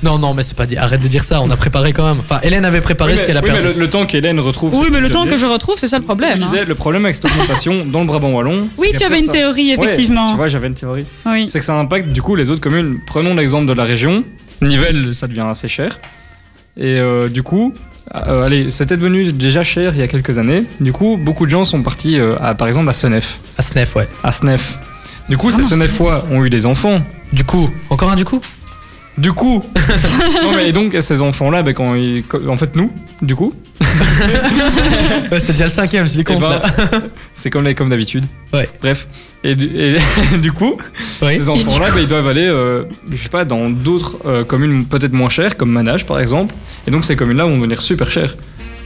Non, non, mais c'est pas dit. Arrête de dire ça. On a préparé quand même. Enfin, Hélène avait préparé Oui, ce mais- qu'elle a oui, mais perdu. le, le temps qu'Hélène retrouve. oui, ce mais le type temps de que biais, je retrouve, c'est ça le problème. je hein. disais, le problème avec cette augmentation dans le Brabant Wallon. Oui, c'est tu qu'à avais faire une ça- théorie, Ouais, effectivement. tu vois, j'avais une théorie. oui. C'est que ça impacte du coup les autres communes. Prenons l'exemple de la région. Nivelles, ça devient assez cher. Et euh, du coup, euh, allez, c'était devenu déjà cher il y a quelques années. Du coup, beaucoup de gens sont partis, euh, à, par exemple, à Senef. À Snef, ouais. À Senef. Du coup, ces Senefois ont eu des enfants. Du coup, encore un du coup Du coup, non mais et donc ces enfants-là, ben, quand ils- quand- en fait nous, du coup, Ouais, C'est déjà le cinquième, je les eh compte. ben, là. c'est comme, les- comme d'habitude. Ouais. Bref, et du, et du coup, Oui. ces enfants-là, ben, ils doivent aller, euh, je sais pas, dans d'autres euh, communes peut-être moins chères, comme Manage par exemple. Et donc ces communes-là vont devenir super chères.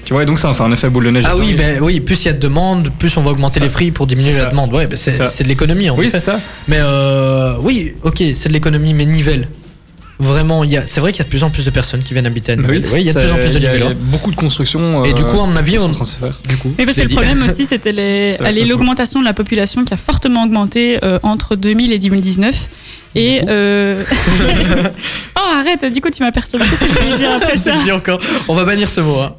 Tu vois, et donc ça va faire un effet boule de neige. Ah oui, ben ben oui, plus il y a de demande, plus on va augmenter C'est ça. les prix pour diminuer C'est la ça. demande. Ouais, ben c'est C'est ça. c'est de l'économie en oui, effet. c'est ça. Mais euh, oui, ok, c'est de l'économie, mais Nivelles. Vraiment, il y a- c'est vrai qu'il y a de plus en plus de personnes qui viennent habiter à Ben Nivelles. Ouais, il y a de ça- plus en plus de il y a- il y a Nivellois. beaucoup de constructions. Et euh, du coup, à mon avis, qui sont on. transferts. Du coup. Mais parce je que l'ai le dit. problème aussi, c'était les- Ça va allez, être l'augmentation de la population qui a fortement augmenté euh, entre 2000 et 2019. Et. euh, oh, arrête, du coup, tu m'as perturbé. Qu'est-ce que je voulais dire après ça Je dis encore, on va bannir ce mot. hein.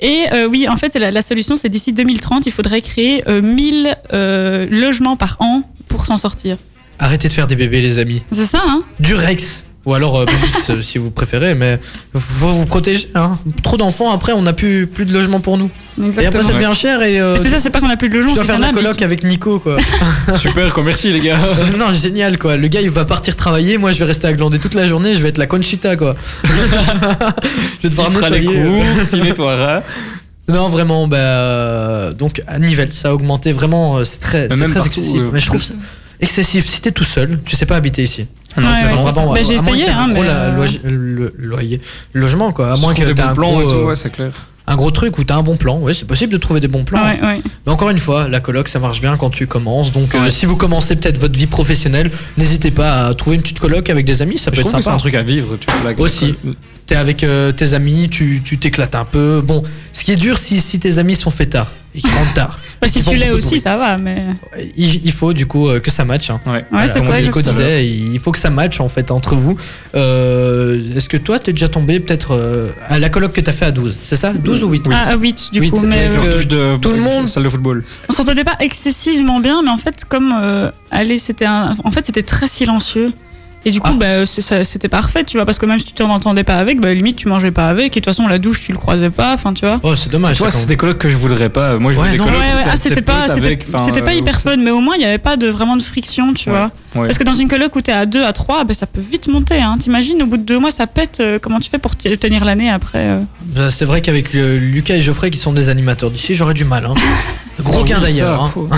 Et euh, oui, en fait, la, la solution, c'est d'ici 2030, il faudrait créer euh, 1000 euh, logements par an pour s'en sortir. Arrêtez de faire des bébés, les amis. C'est ça, hein du Rex. Ou alors euh, Pix, euh, si vous préférez, mais faut vous protéger. Hein. Trop d'enfants, après on n'a plus, plus de logement pour nous. Et après ça Exactement. devient cher et euh, Mais C'est ça, c'est pas qu'on a plus de tu logements, dois c'est faire de qu'on la a. coloc avec Nico quoi. Super, quoi, merci les gars. Euh, non, génial quoi. Le gars il va partir travailler, moi je vais rester à glander toute la journée, je vais être la Conchita quoi. je vais Il devoir fera les nettoyer. euh. courses, il nettoiera. Non, vraiment, bah. euh, donc à Nivelles, ça a augmenté vraiment, euh, c'est très, Mais c'est même très partout, excessif. euh, mais je trouve ça excessif. Si t'es tout seul, tu sais pas habiter ici. Non, Ouais, ouais, Vraiment, c'est ça. vraiment, Bah, à- j'ai à moins que essayé, t'aies un hein, gros mais, la- euh, loyer- le- loyer- logement quoi. À Sur moins que des t'aies bons un, plans gros, et tout, euh, ouais, c'est clair. un gros truc ou t'as un bon plan. Oui, c'est possible de trouver des bons plans. Ouais, ouais. Mais encore une fois, la coloc ça marche bien quand tu commences. Donc euh, Ouais. si vous commencez peut-être votre vie professionnelle, n'hésitez pas à trouver une petite coloc avec des amis, ça Je peut être trouve que c'est sympa. un truc à vivre. Tu vois, la- Aussi. T'es avec euh, tes amis, tu tu t'éclates un peu. Bon, ce qui est dur si, si tes amis sont faits tard et qu'ils rentrent tard. Bah, si Ils font tu l'es beaucoup de aussi, bruit. ça va, mais. Il, il faut du coup euh, que ça matche. hein. Ouais. Ouais, c'est Comme ça, Nico je- disait, il faut que ça matche en fait entre vous. Euh, Est-ce que toi t'es déjà tombé peut-être euh, à la coloc que t'as fait à 12, c'est ça 12 ou 8 Ah, ah, oui, tu- du Oui, coup, c'est- mais. est-ce C'est que- euh, une touche de tout le monde- salle de football. On s'entendait pas excessivement bien, mais en fait, comme. euh, allez, c'était un- En fait, c'était très silencieux. Et du coup, Ah. bah, c'est- ça- c'était parfait, tu vois, parce que même si tu t'en entendais pas avec, bah, limite, tu mangeais pas avec, et de toute façon, la douche, tu le croisais pas, enfin, tu vois. Oh, c'est dommage. Toi, ça, c'est quand des colocs que je voudrais pas. Moi, je Ouais, veux des non. colocs. Ouais, où ouais, t'as- ah, t'es c'était pas, pote c'était- avec, enfin, c'était pas euh, hyper fun, mais au moins, il n'y avait pas de, vraiment de friction, tu Ouais. vois. Ouais. Parce que dans une coloc où t'es à 2, à 3, bah, ça peut vite monter, hein. T'imagines, au bout de deux mois, ça pète, euh, comment tu fais pour t- tenir l'année après euh. Bah, C'est vrai qu'avec euh, Lucas et Geoffrey qui sont des animateurs d'ici, j'aurais du mal. hein. Gros Oh, Ah gain oui, d'ailleurs. ça, hein. fou.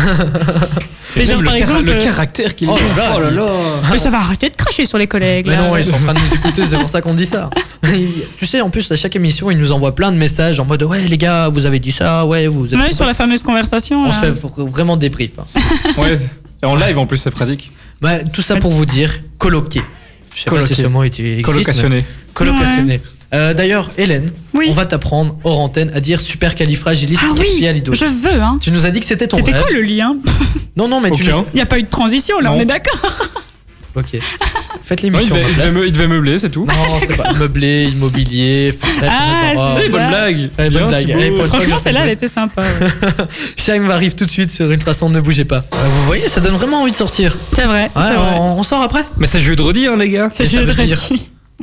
Mais Et genre, même par le, cara- exemple, le euh, caractère qu'il oh a. là là, il- Mais ça va arrêter de cracher sur les collègues. Mais là. non, ils sont en train de nous écouter, c'est pour ça qu'on dit ça. Et tu sais, en plus, à chaque émission, ils nous envoient plein de messages en mode Ouais, les gars, vous avez dit ça, ouais, vous êtes. Ouais, sur la fameuse conversation. hein. On se là. fait vraiment des briefs. hein. Ouais. Et en live en plus, c'est pratique. Bah, tout ça pour vous dire colloquer. Je sais pas Colloquer. si ce mot existe, mais- Colocationné. Colocationné. Euh, D'ailleurs, Hélène, Oui. on va t'apprendre hors antenne à dire super Ah oui, je veux, hein. Tu nous as dit que c'était ton C'était rêve. quoi le lien Non, non, mais tu. Aucun. nous- Il n'y a pas eu de transition, là, Non. on est d'accord. Ok. Faites Ouais, il, l'émission. devait, à ma il place. devait meu- il devait meubler, c'est tout. Non, c'est pas meublé, immobilier. enfin, bref, Ah, on est en- c'est- Eh, bonne là. blague. Eh, bonne Bien, blague. Thibaut. Eh, bonne- Franchement, celle-là, elle était sympa. ouais. Chaim arrive tout de suite sur Ultrason, ne bougez pas. Euh, vous voyez, ça donne vraiment envie de sortir. C'est vrai. Ouais, c'est vrai. on, on sort après Mais c'est jeudi, hein, les gars. Et ça veut Jeudi. dire-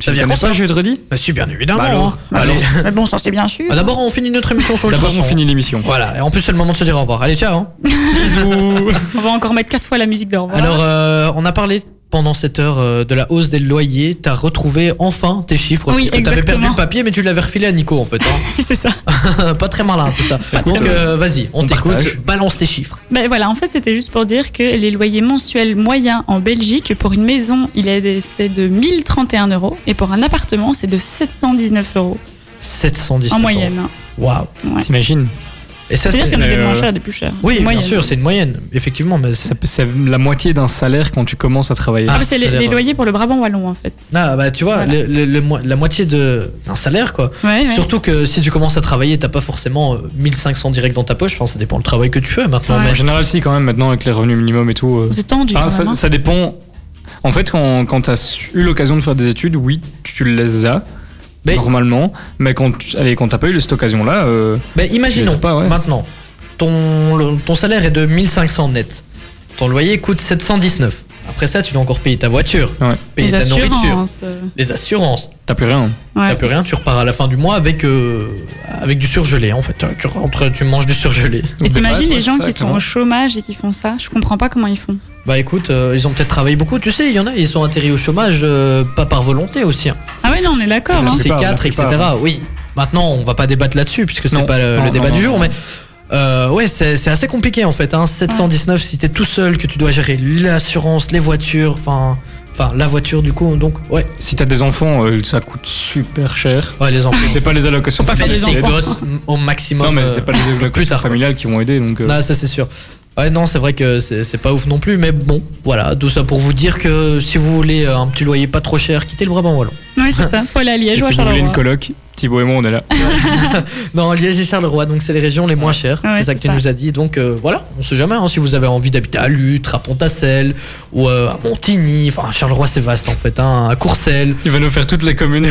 Ça veut dire T'aimes qu'on pas sort jeudi Bah si, bien évidemment. Bah alors. hein. Bah Allez. alors. Mais bon, ça c'est bien sûr. Bah, D'abord, on finit notre émission sur Ultrason. D'abord, on finit l'émission. Voilà, et en plus, c'est le moment de se dire au revoir. Allez, ciao. hein. Bisous. On va encore mettre quatre fois la musique d'au revoir. Alors, euh, on a parlé pendant cette heure euh, de la hausse des loyers. T'as retrouvé enfin tes chiffres. Oui, puisque t'avais perdu exactement. le papier, mais tu l'avais refilé à Nico en fait. hein. c'est ça. Pas très malin tout ça. Donc, euh, vas-y, on, on t'écoute. partage. Balance tes chiffres. Ben voilà, en fait, c'était juste pour dire que les loyers mensuels moyens en Belgique pour une maison, il est de- c'est de 1031 euros et pour un appartement, c'est de 719 euros 710 en moyenne. hein. Waouw. Ouais. T'imagines Et ça, C'est-à-dire c'est- qu'il y en a des euh, moins chers, des plus chers. Oui, C'est moyenne. bien Ah, sûr, Ah, c'est une moyenne, effectivement. Mais c'est- Ça peut- C'est la moitié d'un salaire quand tu commences à travailler. Ah, Ah, mais c'est les, c'est-à-dire, les euh, loyers pour le Brabant wallon en fait. Ah, bah, tu vois, Voilà. le- le- le mo- la moitié de- d'un salaire, quoi. Ouais, ouais. Surtout que si tu commences à travailler, t'as pas forcément euh, 1500 direct dans ta poche. Enfin, ça dépend le travail que tu fais maintenant. Ouais. En mais- général, si, quand même, maintenant, avec les revenus minimums et tout. euh, C'est tendu. Ah, quand même, ça, hein. ça dépend. En fait, quand, quand tu as eu l'occasion de faire des études, oui, tu les as. Mais- Normalement, mais quand tu allez, quand t'as pas eu cette occasion-là, euh, Mais Ben, imaginons, Je sais pas, ouais. maintenant, ton, le- ton salaire est de 1500 net. Ton loyer coûte 719. Après ça, tu dois encore payer ta voiture, ouais, payer les ta nourriture, assurances. euh, les assurances. t'as plus rien. ouais. T'as plus rien, tu repars à la fin du mois avec, euh, avec du surgelé en fait. Tu rentres, tu manges du surgelé. Ou Et des pâtes, t'imagines ouais, les gens c'est ça, qui sont exactement. au chômage et qui font ça Je comprends pas comment ils font. Bah écoute, euh, ils ont peut-être travaillé beaucoup. Tu sais, il y en a, ils sont atterris au chômage, euh, pas par volonté aussi. hein. Ah ouais, non, on est d'accord. Mais hein. c'est pas, C4, on etc. n'arrive pas, Oui. Maintenant, on va pas débattre là-dessus puisque c'est Non, pas le, non, le non, débat non, du jour, non. mais euh, ouais, c'est c'est assez compliqué en fait. Hein. 719, si t'es tout seul, que tu dois gérer l'assurance, les voitures, enfin, enfin la voiture du coup. Donc ouais, Si t'as des enfants, euh, ça coûte super cher. ouais les enfants. C'est pas les allocations. pas faire familiales les qui Tes aident. enfants. gosses, m- au maximum. Non, mais c'est euh, pas les plus allocations tard, quoi. familiales qui vont aider, donc. euh, Bah, non, ça c'est sûr. Ouais, non, c'est vrai que c'est c'est pas ouf non plus, mais bon, voilà, tout ça pour vous dire que si vous voulez euh, un petit loyer pas trop cher, quittez le Brabant wallon. Ouais, c'est ça. Faut aller à et Liège ou à si vous voulez une Charleroi. coloc, Thibaut et moi, on est là. Non, Liège et Charleroi, donc c'est les régions les moins chères. Ouais, c'est ça c'est que tu ça. nous as dit. Donc euh, voilà, on sait jamais hein, si vous avez envie d'habiter à Lutte, à Pontacelle ou euh, à Montigny. Enfin, Charleroi c'est vaste en fait, hein, à Courcelles. Il va nous faire toutes les communes.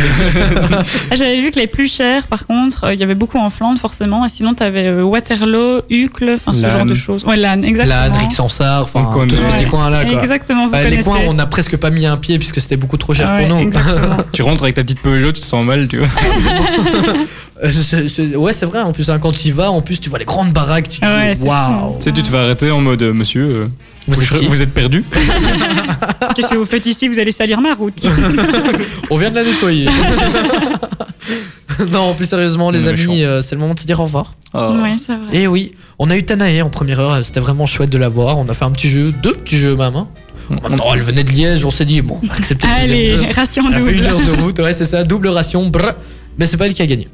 Ah, J'avais vu que les plus chers, par contre, euh, il y avait beaucoup en Flandre, forcément. Et sinon, t'avais euh, Waterloo, Uccle, enfin ce Lannes. genre de choses. Ouais, Lannes, exactement. Là, Drix-en-Sarre, On enfin connaît. tout ce petit Ouais. coin là quoi. Exactement, vous Ouais, les connaissez. coins où on n'a presque pas mis un pied puisque c'était beaucoup trop cher Ah ouais, pour nous. exactement. tu rentres avec ta petite Peugeot, tu te sens mal, tu vois. Euh, c'est- c'est- ouais, c'est vrai. En plus, hein, quand il va, en plus tu vois les grandes baraques. Tu te Ah ouais, dis c'est waouh. Tu sais, tu te vas arrêter en mode, euh, monsieur, euh, Vous vous, êtes qui vous êtes perdu. Qu'est-ce que vous faites ici Vous allez salir ma route. On vient de la nettoyer. non, plus sérieusement, les Non, mais amis, méchant. euh, c'est le moment de se dire au revoir. Oh. ouais, c'est vrai. Ah. Et Eh oui, on a eu Tanae en première heure, c'était vraiment chouette de la voir. On a fait un petit jeu, deux petits jeux même. hein. Mm. En même temps, elle venait de Liège, on s'est dit, bon, on va accepter. de venir. Allez, Ah, ration Elle a fait une double. heure de route, ouais, c'est ça, double ration, brr. Mais c'est pas elle qui a gagné.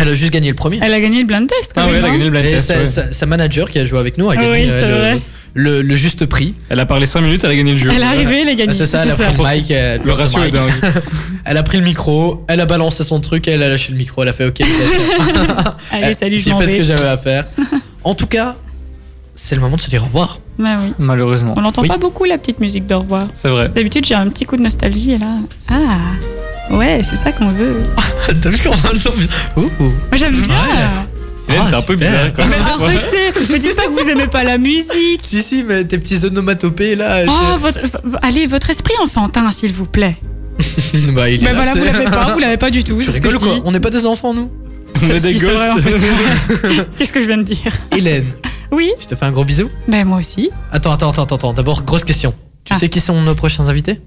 Elle a juste gagné le premier. Elle a gagné le blind test, quand Ah ouais, même. elle a hein. gagné le blind Et test. sa, ouais. sa- sa manager qui a joué avec nous a Ah gagné oui, euh, c'est le, vrai. le- le juste prix. Elle a parlé 5 minutes, elle a gagné le jeu. Elle est arrivée, elle a Ah, gagné. c'est ça, elle a pris le mic. elle- Le ratio est mic. dingue. Elle a pris le micro, elle a balancé son truc, elle a lâché le micro, elle a fait OK. Allez, salut, je J'ai m'en fait ce que vais. j'avais à faire. En tout cas, c'est le moment de se dire au revoir. Bah oui. Malheureusement. On n'entend Oui. pas beaucoup la petite musique d'au revoir. C'est vrai. D'habitude, j'ai un petit coup de nostalgie, et là. Ah Ouais, c'est ça qu'on veut. Moi, T'as vu comment elle s'en- Ouh. j'aime bien. Hélène, Ah, c'est un peu super. bizarre quand Mais même. arrêtez Me dites pas que vous aimez pas la musique Si, si, mais tes petits onomatopées là. Oh, votre, v- allez, votre esprit enfantin, s'il vous plaît. je- Bah, il est Mais là, voilà, c'est- vous l'avez pas, vous l'avez pas du tout. Tu c'est ce que rigoles je quoi dis. On n'est pas des enfants nous On est des Ah, Si, c'est vrai, en gosses. fait, c'est vrai. Qu'est-ce que je viens de dire Hélène, Oui, je te fais un gros bisou. ben moi aussi. Attends, attends, attends, attends. D'abord, grosse question. Tu Ah. sais qui sont nos prochains invités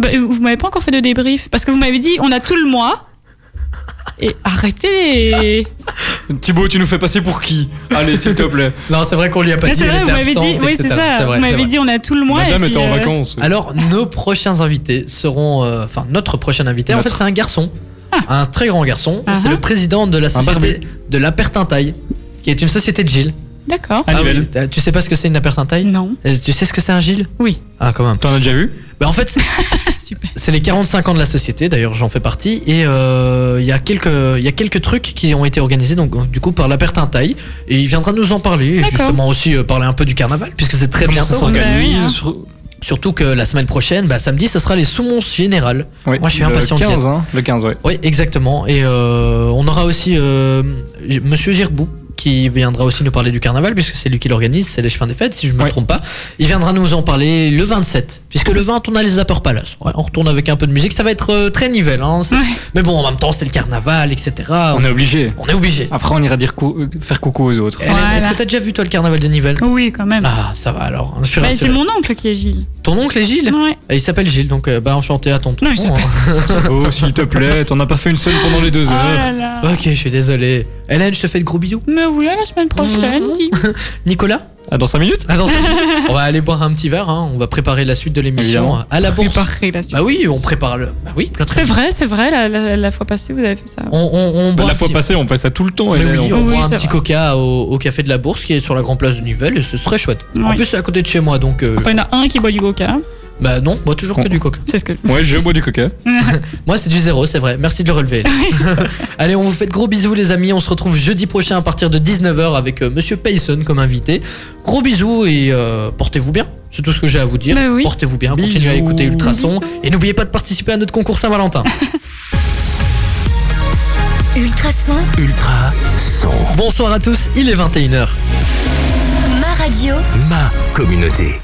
Bah, euh, vous m'avez pas encore fait de débrief parce que vous m'avez dit on a tout le mois. Et arrêtez Thibaut, tu nous fais passer pour qui Allez, s'il te plaît. Non, c'est vrai qu'on lui a pas Mais dit. c'est elle vrai, vous était m'avez dit, absente, oui, c'est etc.. ça, vrai, vous c'est m'avez vrai. dit, on a tout le mois. et Madame puis, était en euh, vacances. Alors, nos prochains invités seront. euh, Enfin, notre prochain invité, en fait, Notre. c'est un garçon. Un très grand garçon. Ah C'est ah. le président de la société de l'Apertintaille, qui est une société de Gilles. Ah D'accord. À Nivelles. oui, t'as- tu sais pas ce que c'est une Apertintaille Non. Et Tu sais ce que c'est un Gilles Oui. Ah, quand même. T'en as déjà vu Bah, en fait, c'est- Ah, Super. c'est les 45 ans de la société, d'ailleurs, j'en fais partie. Et euh, il y, a quelques- il y a quelques trucs qui ont été organisés, donc, du coup, par l'Apertintaille. Et il viendra nous en parler, et D'accord. justement aussi euh, parler un peu du carnaval, puisque c'est très Comment bien ça s'organise Bah oui, hein. sur- Surtout que la semaine prochaine, bah, samedi, ce sera les Soumons Général. Ouais, Moi, je suis le impatient qu'il y ait- 15, hein, le 15, ouais. Oui, exactement. Et euh, on aura aussi euh, G- Monsieur Girbou qui viendra aussi nous parler du carnaval puisque c'est lui qui l'organise, c'est les chemins des fêtes si je ne me Ouais. trompe pas. Il viendra nous en parler le 27 puisque le 20 on a les Upper Palace. Ouais, on retourne avec un peu de musique, ça va être euh, très nivelle. hein, c'est- Ouais. Mais bon, en même temps c'est le carnaval, etc. On est obligé. on est obligé. Eh, Après, on ira dire cou- faire coucou aux autres. Hélène, Est-ce Ah. Voilà. que t'as déjà vu toi le carnaval de Nivelles Oui, quand même. Ah ça va alors. Je suis Bah, rassuré. c'est mon oncle qui est Gilles. Ton oncle est Gilles Ouais. Et Il s'appelle Gilles donc euh, bah enchanté à ton tour. Oh. Non, il s'appelle- Thibaut, s'il te plaît, t'en as pas fait une seule pendant les deux Oh heures. là là. Ok, je suis désolé. Hélène, je te fais de gros bisous. Mais oui, à la semaine prochaine. dis. Nicolas Ah, dans 5 minutes Attends, on va aller boire un petit verre, hein. on va préparer la suite de l'émission Évidemment. à la bourse. Préparez la suite. Bah oui, on prépare le. Bah oui, notre- C'est vrai, c'est vrai, la, la- la fois passée, vous avez fait ça. On, on, on Bah, boit La un fois petit- passée, on fait ça tout le temps. Mais Hélène, oui, on on- Oui, boit un c'est petit vrai. coca au, au café de la Bourse qui est sur la grande place de Nivelles et ce serait chouette. En Oui. plus, c'est à côté de chez moi donc. euh, Enfin, il y en a un qui boit du coca. Bah non, moi toujours que On- du coca. C'est ce que. Ouais, je bois du coca. Moi c'est du zéro, c'est vrai. Merci de le relever. Allez, on vous fait de gros bisous les amis. On se retrouve jeudi prochain à partir de 19h avec euh, monsieur Payson comme invité. Gros bisous et euh, portez-vous bien. C'est tout ce que j'ai à vous dire. Bah oui. Portez-vous bien, continuez à Bisous. écouter Ultrason et n'oubliez pas de participer à notre concours Saint-Valentin. Ultrason, Ultra son. Bonsoir à tous, il est 21h. ma radio. Ma communauté.